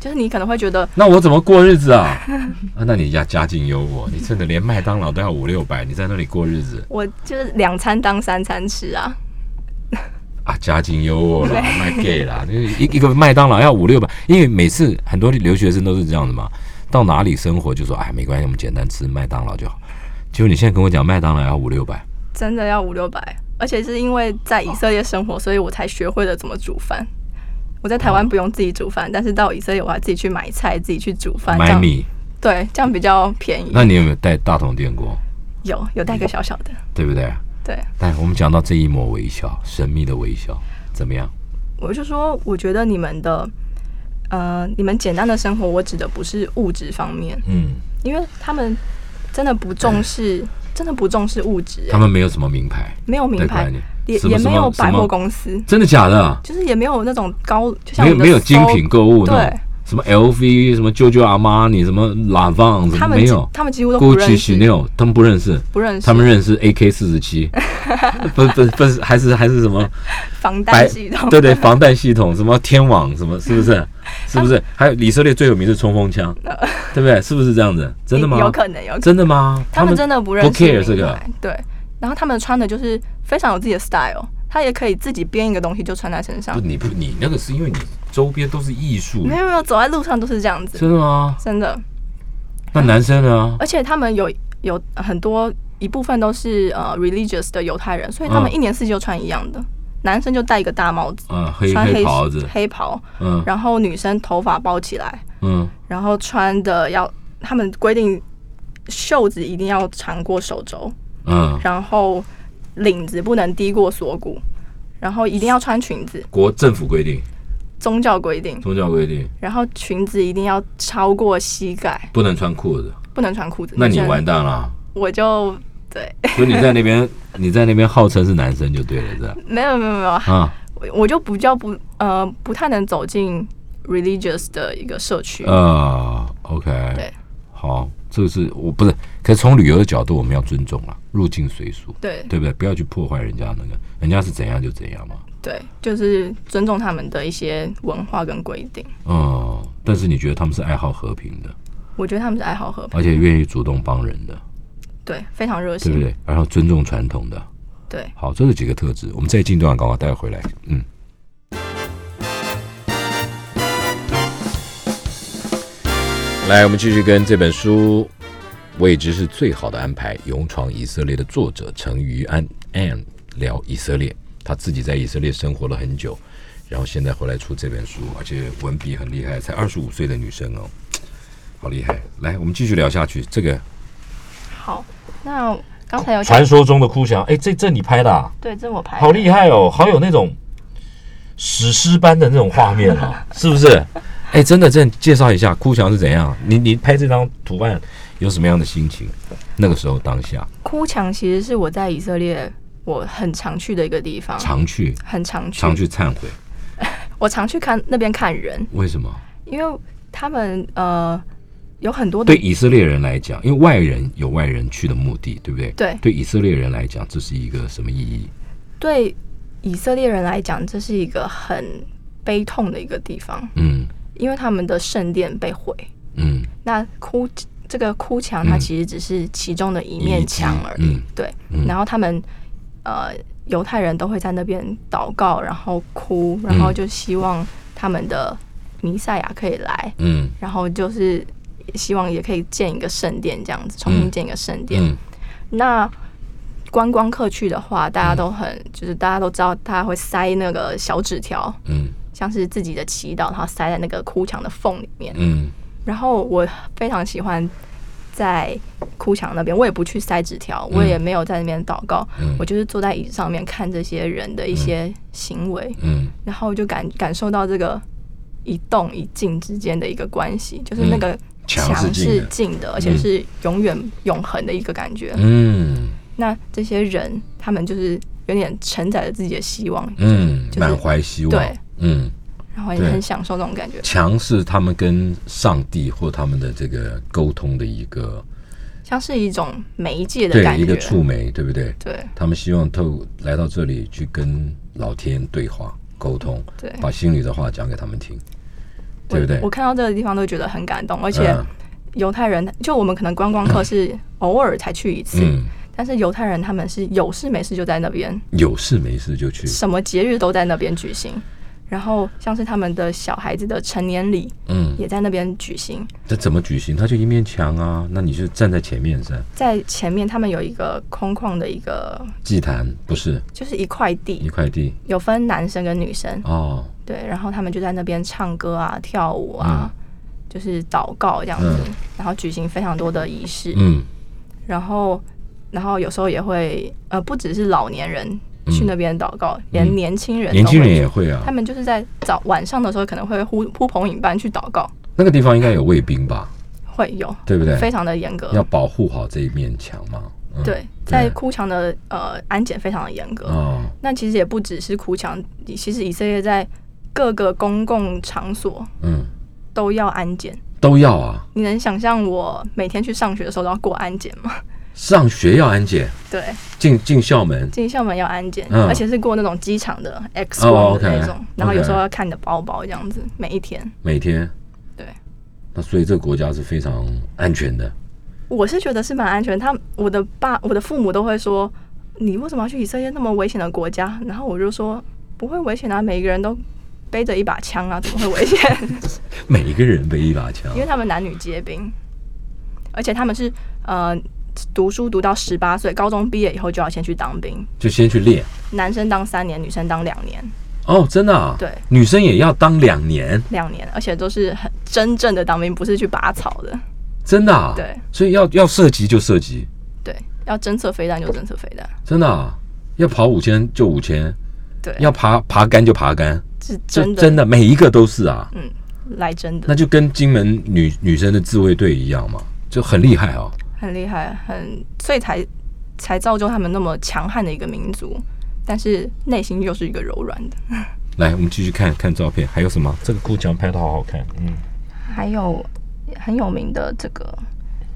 Speaker 3: 就是你可能会觉得，
Speaker 2: 那我怎么过日子啊？ 啊那你家家境优渥，你真的连麦当劳都要五六百，你在那里过日子
Speaker 3: 我就是两餐当三餐吃啊，
Speaker 2: 啊？家境优渥啦，卖 gay 啦，那一一个麦当劳要五六百，因为每次很多留学生都是这样的嘛，到哪里生活就说哎没关系，我们简单吃麦当劳就好。结果你现在跟我讲麦当劳要五六百，
Speaker 3: 真的要五六百。而且是因为在以色列生活，所以我才学会了怎么煮饭。我在台
Speaker 2: 哦
Speaker 3: 湾不用自己煮饭，但是到以色列我要自己去买菜，自己去煮饭。这
Speaker 2: 买
Speaker 3: 样
Speaker 2: 米，
Speaker 3: 对，这样比较便宜。
Speaker 2: 那你有没有带大桶电锅？
Speaker 3: 有有带一个小小的，
Speaker 2: 对不对？
Speaker 3: 对。
Speaker 2: 但我们讲到这一抹微笑，神秘的微笑，怎么样？
Speaker 3: 我就说，我觉得你们的，呃，你们简单的生活，我指的不是物质方面，
Speaker 2: 嗯，
Speaker 3: 因为他们真的不重视，真的不重视物质、
Speaker 2: 他们没有什么名牌，
Speaker 3: 没有名
Speaker 2: 对观
Speaker 3: 牌
Speaker 2: 念，
Speaker 3: 也
Speaker 2: 什么
Speaker 3: 也没有
Speaker 2: 什么
Speaker 3: 百货公司，
Speaker 2: 真的假的？
Speaker 3: 就是也没有那种高，就像
Speaker 2: 没有
Speaker 3: 我们的
Speaker 2: 没有精
Speaker 3: Soul-
Speaker 2: 品购物那种
Speaker 3: 对，
Speaker 2: 什么 LV，什么啾啾阿玛尼，什么 Lavon，什
Speaker 3: 他
Speaker 2: 么
Speaker 3: 们
Speaker 2: 没
Speaker 3: 几
Speaker 2: 有
Speaker 3: 他们几乎都不认
Speaker 2: ，Gucci、
Speaker 3: 识，
Speaker 2: Chanel，他们不认识，
Speaker 3: 不认识，
Speaker 2: 他们认识 AK 四十 七，不不不是，还是还是什么
Speaker 3: 防弹系统，
Speaker 2: 哎对对，防弹系统，什么天网，什么是不 是？是不是？还有以色列最有名的冲锋枪，对不对？是不是这样子？真的吗？
Speaker 3: 呃有可能有可能，
Speaker 2: 真的吗？
Speaker 3: 他们真的不认识
Speaker 2: 不 care 这
Speaker 3: 名
Speaker 2: 个
Speaker 3: 牌，对，然后他们穿的就是非常有自己的 style，他也可以自己编一个东西就穿在身上
Speaker 2: 不，，你不你那个是因为你周边都是艺术
Speaker 3: 没，有没有，走在路上都是这样子，
Speaker 2: 真的吗？
Speaker 3: 真的。
Speaker 2: 那男生呢？
Speaker 3: 而且他们有有很多一部分都是呃 religious 的犹太人，所以他们
Speaker 2: 嗯
Speaker 3: 一年四季就穿一样的，男生就戴一个大帽子，
Speaker 2: 嗯，黑
Speaker 3: 呃穿
Speaker 2: 黑
Speaker 3: 黑
Speaker 2: 袍子，
Speaker 3: 黑袍，
Speaker 2: 嗯
Speaker 3: 然后女生头发包起来，
Speaker 2: 嗯。
Speaker 3: 然后穿的要他们规定袖子一定要长过手肘，
Speaker 2: 嗯，
Speaker 3: 然后领子不能低过锁骨，然后一定要穿裙子，
Speaker 2: 国政府规定，
Speaker 3: 宗教规定，
Speaker 2: 宗教规定
Speaker 3: 然后裙子一定要超过膝盖，
Speaker 2: 不能穿裤子，
Speaker 3: 不能穿裤子。
Speaker 2: 那你
Speaker 3: 女生
Speaker 2: 完蛋了。
Speaker 3: 我就对，
Speaker 2: 所以你在那边， 你在那边号称是男生就对了，是吧？
Speaker 3: 没有没有没有，
Speaker 2: 啊，
Speaker 3: 我我就比较不呃不太能走进 religious 的一个社区。
Speaker 2: 呃，OK，
Speaker 3: 对
Speaker 2: 好，这个是我不是，可是从旅游的角度，我们要尊重啊，入境随俗，
Speaker 3: 对
Speaker 2: 对不对？不要去破坏人家那个，人家是怎样就怎样嘛。
Speaker 3: 对，就是尊重他们的一些文化跟规定。
Speaker 2: 嗯，但是你觉得他们是爱好和平的，
Speaker 3: 我觉得他们是爱好和平，
Speaker 2: 而且愿意主动帮人的，
Speaker 3: 对，非常热
Speaker 2: 对不
Speaker 3: 心。
Speaker 2: 对？然后尊重传统的，
Speaker 3: 对，
Speaker 2: 好，这是几个特质。我们这一进段广告，待会回来。嗯。来，我们继续跟这本书《未知是最好的安排：勇闯以色列》的作者陈于安 Ann 聊以色列。他自己在以色列生活了很久，然后现在回来出这本书，而且文笔很厉害，才二十五岁的女生哦，好厉害！来，我们继续聊下去。这个
Speaker 3: 好，那刚才有讲
Speaker 2: 传，说中的哭墙，哎，这这你拍的、啊？
Speaker 3: 对，这是我拍的，
Speaker 2: 好厉害哦，好有那种史诗般的那种画面哦 啊，是不是？哎，真的，真的介绍一下哭墙是怎样？你你拍这张图案啊有什么样的心情？那个时候当下
Speaker 3: 哭墙其实是我在以色列我很常去的一个地方，
Speaker 2: 常去
Speaker 3: 很常去，
Speaker 2: 常去忏悔，
Speaker 3: 我常去看那边看人，
Speaker 2: 为什么？
Speaker 3: 因为他们呃有很多的
Speaker 2: 对以色列人来讲，因为外人有外人去的目的，对不对？
Speaker 3: 对
Speaker 2: 对以色列人来讲，这是一个什么意义？
Speaker 3: 对以色列人来讲，这是一个很悲痛的一个地方，
Speaker 2: 嗯
Speaker 3: 因为他们的圣殿被毁，
Speaker 2: 嗯
Speaker 3: 那哭这个哭墙它其实只是其中的一面墙而
Speaker 2: 一
Speaker 3: 已，
Speaker 2: 面嗯
Speaker 3: 对，
Speaker 2: 嗯
Speaker 3: 然后他们呃犹太人都会在那边祷告，然后哭，
Speaker 2: 嗯
Speaker 3: 然后就希望他们的弥赛亚可以来，
Speaker 2: 嗯
Speaker 3: 然后就是希望也可以建一个圣殿，这样子重新建一个圣殿。
Speaker 2: 嗯
Speaker 3: 那观光客去的话，大家都很、就是大家都知道，他会塞那个小纸条，
Speaker 2: 嗯
Speaker 3: 像是自己的祈祷，然后塞在那个哭墙的缝里面。
Speaker 2: 嗯
Speaker 3: 然后我非常喜欢在哭墙那边，我也不去塞纸条，我也没有在那边祷告，
Speaker 2: 嗯
Speaker 3: 我就是坐在椅子上面看这些人的一些行为，
Speaker 2: 嗯
Speaker 3: 然后就感感受到这个一动一静之间的一个关系，就是
Speaker 2: 嗯
Speaker 3: 那个
Speaker 2: 墙是
Speaker 3: 墙
Speaker 2: 静
Speaker 3: 是
Speaker 2: 的
Speaker 3: 静的，而且是永远永恒的一个感觉。
Speaker 2: 嗯
Speaker 3: 那这些人，他们就是有点承载着自己的希望，
Speaker 2: 嗯，
Speaker 3: 就是
Speaker 2: 满怀希望
Speaker 3: 对。
Speaker 2: 嗯，
Speaker 3: 然后也
Speaker 2: 对
Speaker 3: 很享受那种感觉，
Speaker 2: 墙是他们跟上帝或他们的这个沟通的一个
Speaker 3: 像是一种媒介的
Speaker 2: 对
Speaker 3: 感
Speaker 2: 一个
Speaker 3: 觉。
Speaker 2: 触媒，对不对？
Speaker 3: 对
Speaker 2: 他们希望透来到这里去跟老天对话沟通，
Speaker 3: 对
Speaker 2: 把心里的话讲给他们听，啊对不对嗯啊
Speaker 3: 我？我看到这个地方都觉得很感动，而且犹太人，就我们可能观光客是偶尔才去一次，
Speaker 2: 嗯，
Speaker 3: 但是犹太人他们是有事没事就在那边，
Speaker 2: 有事没事就去，
Speaker 3: 什么节日都在那边举行。然后像是他们的小孩子的成年礼
Speaker 2: 嗯，
Speaker 3: 也在那边举行，
Speaker 2: 这怎么举行？它就一面墙啊，那你就站在前面噻。
Speaker 3: 在前面他们有一个空旷的一个，
Speaker 2: 祭坛不是
Speaker 3: 就是一块
Speaker 2: 一
Speaker 3: 地，
Speaker 2: 块地
Speaker 3: 有分男生跟女生，
Speaker 2: 哦，
Speaker 3: 对，然后他们就在那边唱歌啊、跳舞啊，就是祷告这样子，
Speaker 2: 嗯
Speaker 3: 然后举行非常多的仪式，
Speaker 2: 嗯
Speaker 3: 然后然后有时候也会呃，不只是老年人去那边祷告，连年轻人都
Speaker 2: 嗯年轻人
Speaker 3: 会
Speaker 2: 也
Speaker 3: 去
Speaker 2: 会啊
Speaker 3: 他。们就是在早晚上的时候可能会呼呼朋引伴去祷告，
Speaker 2: 那个地方应该有卫兵吧，
Speaker 3: 会有
Speaker 2: 对不对？
Speaker 3: 非常的严
Speaker 2: 要
Speaker 3: 格，
Speaker 2: 保护好这一面墙嘛。嗯、
Speaker 3: 对，在哭墙的呃安检非常的严格。
Speaker 2: 哦，
Speaker 3: 那其实也不只是哭墙，其实以色列在各个公共场所
Speaker 2: 嗯，
Speaker 3: 都要安检。
Speaker 2: 都要啊。
Speaker 3: 你能想象我每天去上学的时候都要过安检吗？
Speaker 2: 上学要安检，
Speaker 3: 对，
Speaker 2: 进进校门，
Speaker 3: 进校门要安检，
Speaker 2: 嗯
Speaker 3: 而且是过那种机场的 X
Speaker 2: 哦
Speaker 3: 光的
Speaker 2: OK，
Speaker 3: 那种，然后有
Speaker 2: OK
Speaker 3: 时候要看你的包包这样子，每一天。
Speaker 2: 每天。
Speaker 3: 对。
Speaker 2: 那所以这个国家是非常安全的。
Speaker 3: 我是觉得是蛮安全，他我的爸我的父母都会说，你为什么要去以色列那么危险的国家？然后我就说不会危险啊，每一个人都背着一把枪啊，怎么会危险？
Speaker 2: 每一个人背一把枪
Speaker 3: 因，为他们男女皆兵，而且他们是呃读书读到十八岁，高中毕业以后就要先去当兵，
Speaker 2: 就先去练。
Speaker 3: 男生当三年，女生当两年，
Speaker 2: 哦，真的啊？
Speaker 3: 对，
Speaker 2: 女生也要当两年，
Speaker 3: 两年，而且都是很真正的当兵，不是去拔草的。
Speaker 2: 真的啊？
Speaker 3: 对，
Speaker 2: 所以要要射击就射击，
Speaker 3: 对，要侦测飞弹就侦测飞弹，
Speaker 2: 真的啊？要跑五千就五千，
Speaker 3: 对，
Speaker 2: 要爬爬杆就爬杆，
Speaker 3: 是
Speaker 2: 这
Speaker 3: 真的嗯
Speaker 2: 真的每一个都是啊，
Speaker 3: 来真的，
Speaker 2: 那就跟金门女女生的自卫队一样嘛，就很厉害哦。
Speaker 3: 很厉害，很所以才才造就他们那么强悍的一个民族，但是内心又是一个柔软的。
Speaker 2: 来，我们继续看看照片，还有什么？这个哭墙拍的好好看，嗯，
Speaker 3: 还有很有名的这个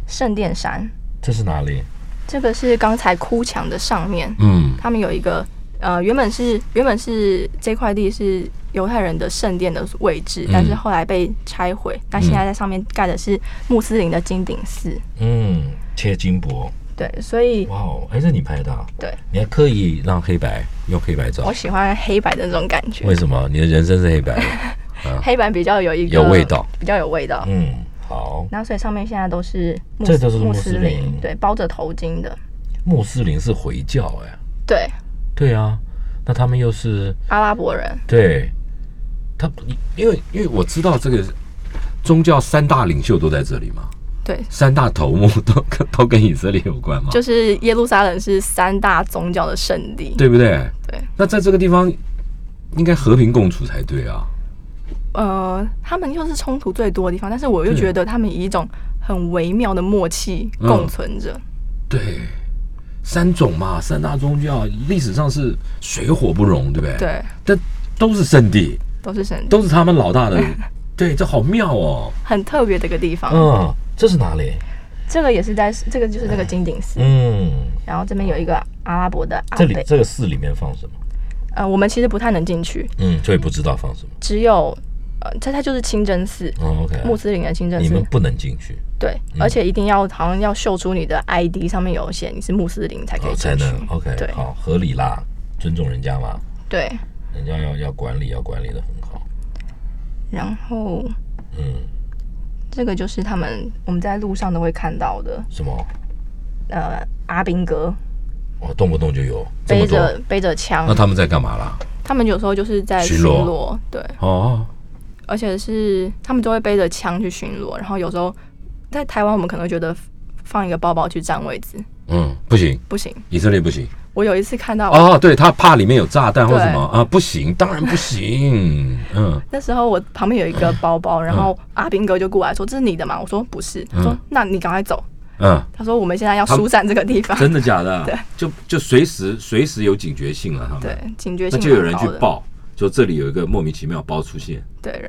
Speaker 3: 圣殿山，
Speaker 2: 这是哪里？
Speaker 3: 这个是刚才哭墙的上面，
Speaker 2: 嗯
Speaker 3: 他们有一个呃，原本是原本是这块地是犹太人的圣殿的位置，
Speaker 2: 嗯
Speaker 3: 但是后来被拆毁。那现在在上面盖的是穆斯林的金顶寺，
Speaker 2: 嗯，切金箔，
Speaker 3: 对，所以
Speaker 2: 哇哦，还是你拍的、啊？
Speaker 3: 对，
Speaker 2: 你还刻意让黑白用黑白照
Speaker 3: 我，喜欢黑白的那种感觉
Speaker 2: 为，什么？你的人生是黑白 的？
Speaker 3: 黑白比较有一个
Speaker 2: 有味道，
Speaker 3: 比较有味道。
Speaker 2: 嗯，好，
Speaker 3: 然后所以上面现在都是穆
Speaker 2: 这都是穆
Speaker 3: 穆
Speaker 2: 斯
Speaker 3: 斯
Speaker 2: 林
Speaker 3: 林，对，包着头巾的，
Speaker 2: 穆斯林是回教哎、
Speaker 3: 对，
Speaker 2: 对啊，那他们又是
Speaker 3: 阿拉伯人，
Speaker 2: 对，他因为因为我知道这个宗教三大领袖都在这里嘛，
Speaker 3: 对，
Speaker 2: 三大头目 都跟都跟以色列有关嘛，
Speaker 3: 就是耶路撒冷是三大宗教的圣地，
Speaker 2: 对不对？
Speaker 3: 对，
Speaker 2: 那在这个地方应该和平共处才对啊，
Speaker 3: 呃，他们又是冲突最多的地方，但是我又
Speaker 2: 对
Speaker 3: 觉得他们以一种很微妙的默契
Speaker 2: 嗯
Speaker 3: 共存着。
Speaker 2: 对，三种嘛，三大宗教历史上是水火不容，对不对？，
Speaker 3: 对，
Speaker 2: 但都是圣地，
Speaker 3: 都是神，
Speaker 2: 都是他们老大的。
Speaker 3: 嗯
Speaker 2: 对，这好妙哦。
Speaker 3: 很特别的一个地方。
Speaker 2: 嗯，这是哪里？
Speaker 3: 这个也是在，这个就是那个金顶寺，
Speaker 2: 嗯，
Speaker 3: 然后这边有一个阿拉伯的阿
Speaker 2: 这里
Speaker 3: 贝，
Speaker 2: 这个寺里面放什么？
Speaker 3: 呃，我们其实不太能进去，
Speaker 2: 嗯，所以不知道放什么。
Speaker 3: 只有呃，这它就是清真寺，
Speaker 2: 哦，OK，
Speaker 3: 穆斯林的清真
Speaker 2: 你
Speaker 3: 寺
Speaker 2: 们，不能进去，
Speaker 3: 对，
Speaker 2: 嗯
Speaker 3: 而且一定要好像要秀出你的 ID 上面有写你是穆斯林才可
Speaker 2: 哦，
Speaker 3: 以
Speaker 2: 才
Speaker 3: 进去
Speaker 2: 能，OK，
Speaker 3: 对
Speaker 2: 好，合理啦，尊重人家嘛，
Speaker 3: 对，
Speaker 2: 人家要要管理，要管理的很好。
Speaker 3: 然后
Speaker 2: 嗯，
Speaker 3: 这个就是他们我们在路上都会看到的，
Speaker 2: 什么？
Speaker 3: 呃，阿兵哥
Speaker 2: 哦，动不动就有这
Speaker 3: 背
Speaker 2: 么多。
Speaker 3: 着背着枪
Speaker 2: 那，他们在干嘛啦？
Speaker 3: 他们有时候就是在
Speaker 2: 巡
Speaker 3: 巡
Speaker 2: 逻
Speaker 3: 逻，对，
Speaker 2: 哦，
Speaker 3: 而且是他们都会背着枪去巡逻，然后有时候在台湾我们可能会觉得放一个包包去占位置
Speaker 2: 嗯，不行，
Speaker 3: 不行，
Speaker 2: 以色列不行。
Speaker 3: 我有一次看到
Speaker 2: 哦，对他怕里面有炸弹或什么啊，不行，当然不行。嗯，
Speaker 3: 那时候我旁边有一个包包，然后阿兵哥就过来说：“这是你的吗？”我说：“不是。”他说：“那你赶快走。
Speaker 2: 嗯，”
Speaker 3: 他说：“我们现在要疏散这个地方。
Speaker 2: 真的假的？
Speaker 3: 对，
Speaker 2: 就就随时随时有警觉性了，他”们。
Speaker 3: 对，，警觉
Speaker 2: 那
Speaker 3: 性
Speaker 2: 就有人
Speaker 3: 蛮
Speaker 2: 去
Speaker 3: 高的。
Speaker 2: 报，就这里有一个莫名其妙包出现，
Speaker 3: 对，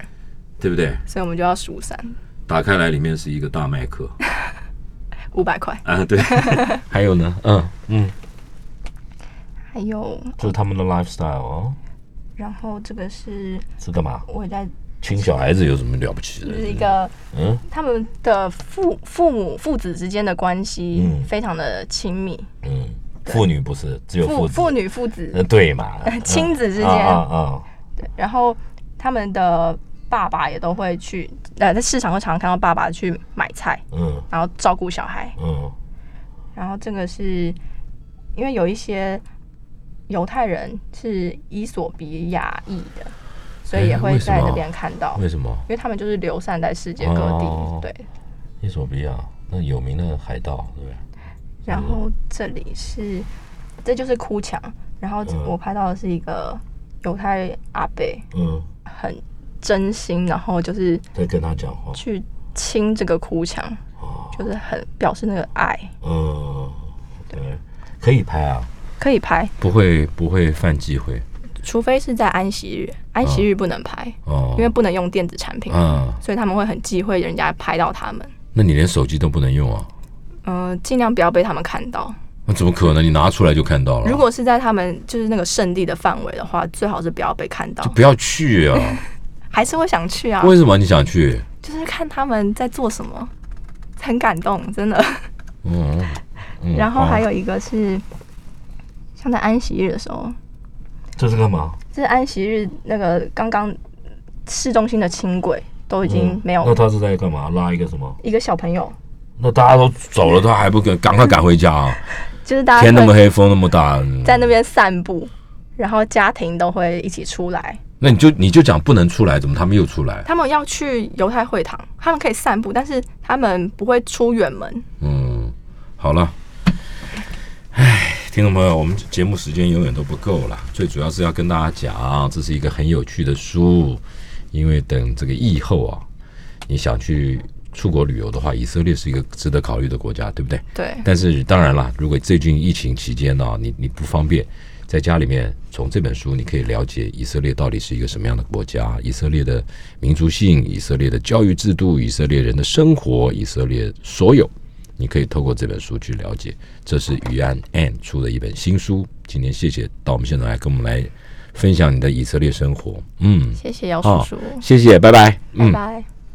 Speaker 2: 对不对？
Speaker 3: 所以我们就要疏散
Speaker 2: 打开来里面是一个大麦克
Speaker 3: 五百块，
Speaker 2: 啊， 对。还有呢，嗯，
Speaker 3: 还有，
Speaker 4: 这是他们的 lifestyle 哦，
Speaker 3: 然后这个是
Speaker 4: 是干嘛？
Speaker 3: 我在
Speaker 4: 亲小孩子有什么了不起
Speaker 3: 就
Speaker 4: 的？
Speaker 3: 是一个，
Speaker 4: 嗯
Speaker 3: 他们的父父母父子之间的关系
Speaker 4: 嗯
Speaker 3: 非常的亲密，
Speaker 4: 嗯，妇女不是只有
Speaker 3: 父
Speaker 4: 父子
Speaker 3: 父，女父子，，
Speaker 4: 嗯，对嘛
Speaker 3: 亲子之间
Speaker 4: 啊啊啊，
Speaker 3: 对，然后他们的爸爸也都会去，呃，在市场会常常看到爸爸去买菜，
Speaker 4: 嗯
Speaker 3: 然后照顾小孩。
Speaker 4: 嗯
Speaker 3: 然后这个是因为有一些犹太人是伊索比亚裔的，所以也
Speaker 2: 哎
Speaker 3: 会
Speaker 2: 为什么
Speaker 3: 在那边看
Speaker 4: 嗯
Speaker 3: 到，
Speaker 2: 为什么？
Speaker 3: 因为他们就是流散在世界各地。
Speaker 4: 哦
Speaker 3: 对，
Speaker 4: 伊索比亚那有名的海盗，对不对？
Speaker 3: 然后这里是，这就是哭墙。然后我拍到的是一个犹太阿伯，
Speaker 4: 嗯，
Speaker 3: 很真心，然后就是
Speaker 4: 在跟他讲话，
Speaker 3: 去亲这个哭墙，
Speaker 2: 哦
Speaker 3: 就是很表示那个爱。
Speaker 4: 嗯，对，可以拍啊，
Speaker 3: 可以拍，
Speaker 2: 不会不会犯忌讳
Speaker 3: 除非是在安息日，安息日不能拍，
Speaker 2: 哦
Speaker 3: 因为不能用电子产品。
Speaker 2: 啊，
Speaker 3: 所以他们会很忌讳人家拍到他们，
Speaker 2: 那你连手机都不能用啊？
Speaker 3: 嗯、尽量不要被他们看到。
Speaker 2: 那怎么可能？你拿出来就看到了
Speaker 3: 如。果是在他们就是那个圣地的范围的话，最好是不要被看到。
Speaker 2: 不要去啊！
Speaker 3: 还是会想去啊，
Speaker 2: 为什么你想去？
Speaker 3: 就是看他们在做什么，很感动，真的。
Speaker 2: 嗯，嗯
Speaker 3: 然后
Speaker 2: 好
Speaker 3: 还有一个是，像在安息日的时候，
Speaker 4: 这是干嘛？
Speaker 3: 这是安息日那个刚刚市中心的轻轨都已经
Speaker 4: 嗯
Speaker 3: 没有、
Speaker 2: 哦
Speaker 4: 那他是在干嘛？拉一个什么？
Speaker 3: 一个小朋友，
Speaker 2: 那大家都走了，他还不赶，赶快赶回家啊！
Speaker 3: 就是大
Speaker 2: 天
Speaker 3: 家
Speaker 2: 那么
Speaker 3: 会
Speaker 2: 黑，风那么大，嗯
Speaker 3: 在那边散步，然后家庭都会一起出来。
Speaker 2: 那你就你就讲不能出来，怎么他们又出来？
Speaker 3: 他们要去犹太会堂，他们可以散步，但是他们不会出远门。
Speaker 2: 嗯，好了，唉，听众朋友，我们节目时间永远都不够了，最主要是要跟大家讲，这是一个很有趣的书，因为等这个疫后啊，你想去出国旅游的话，以色列是一个值得考虑的国家，对不对？
Speaker 3: 对，
Speaker 2: 但是当然啦，如果最近疫情期间呢、你你不方便在家里面，从这本书你可以了解以色列到底是一个什么样的国家，以色列的民族性、以色列的教育制度、以色列人的生活、以色列所有，你可以透过这本书去了解。这是于安 Ann 出的一本新书，今天谢谢到我们现场来跟我们来分享你的以色列生活，嗯，
Speaker 3: 谢谢姚叔叔，
Speaker 2: 谢谢，拜拜，
Speaker 3: 拜
Speaker 2: 嗯。
Speaker 3: 拜。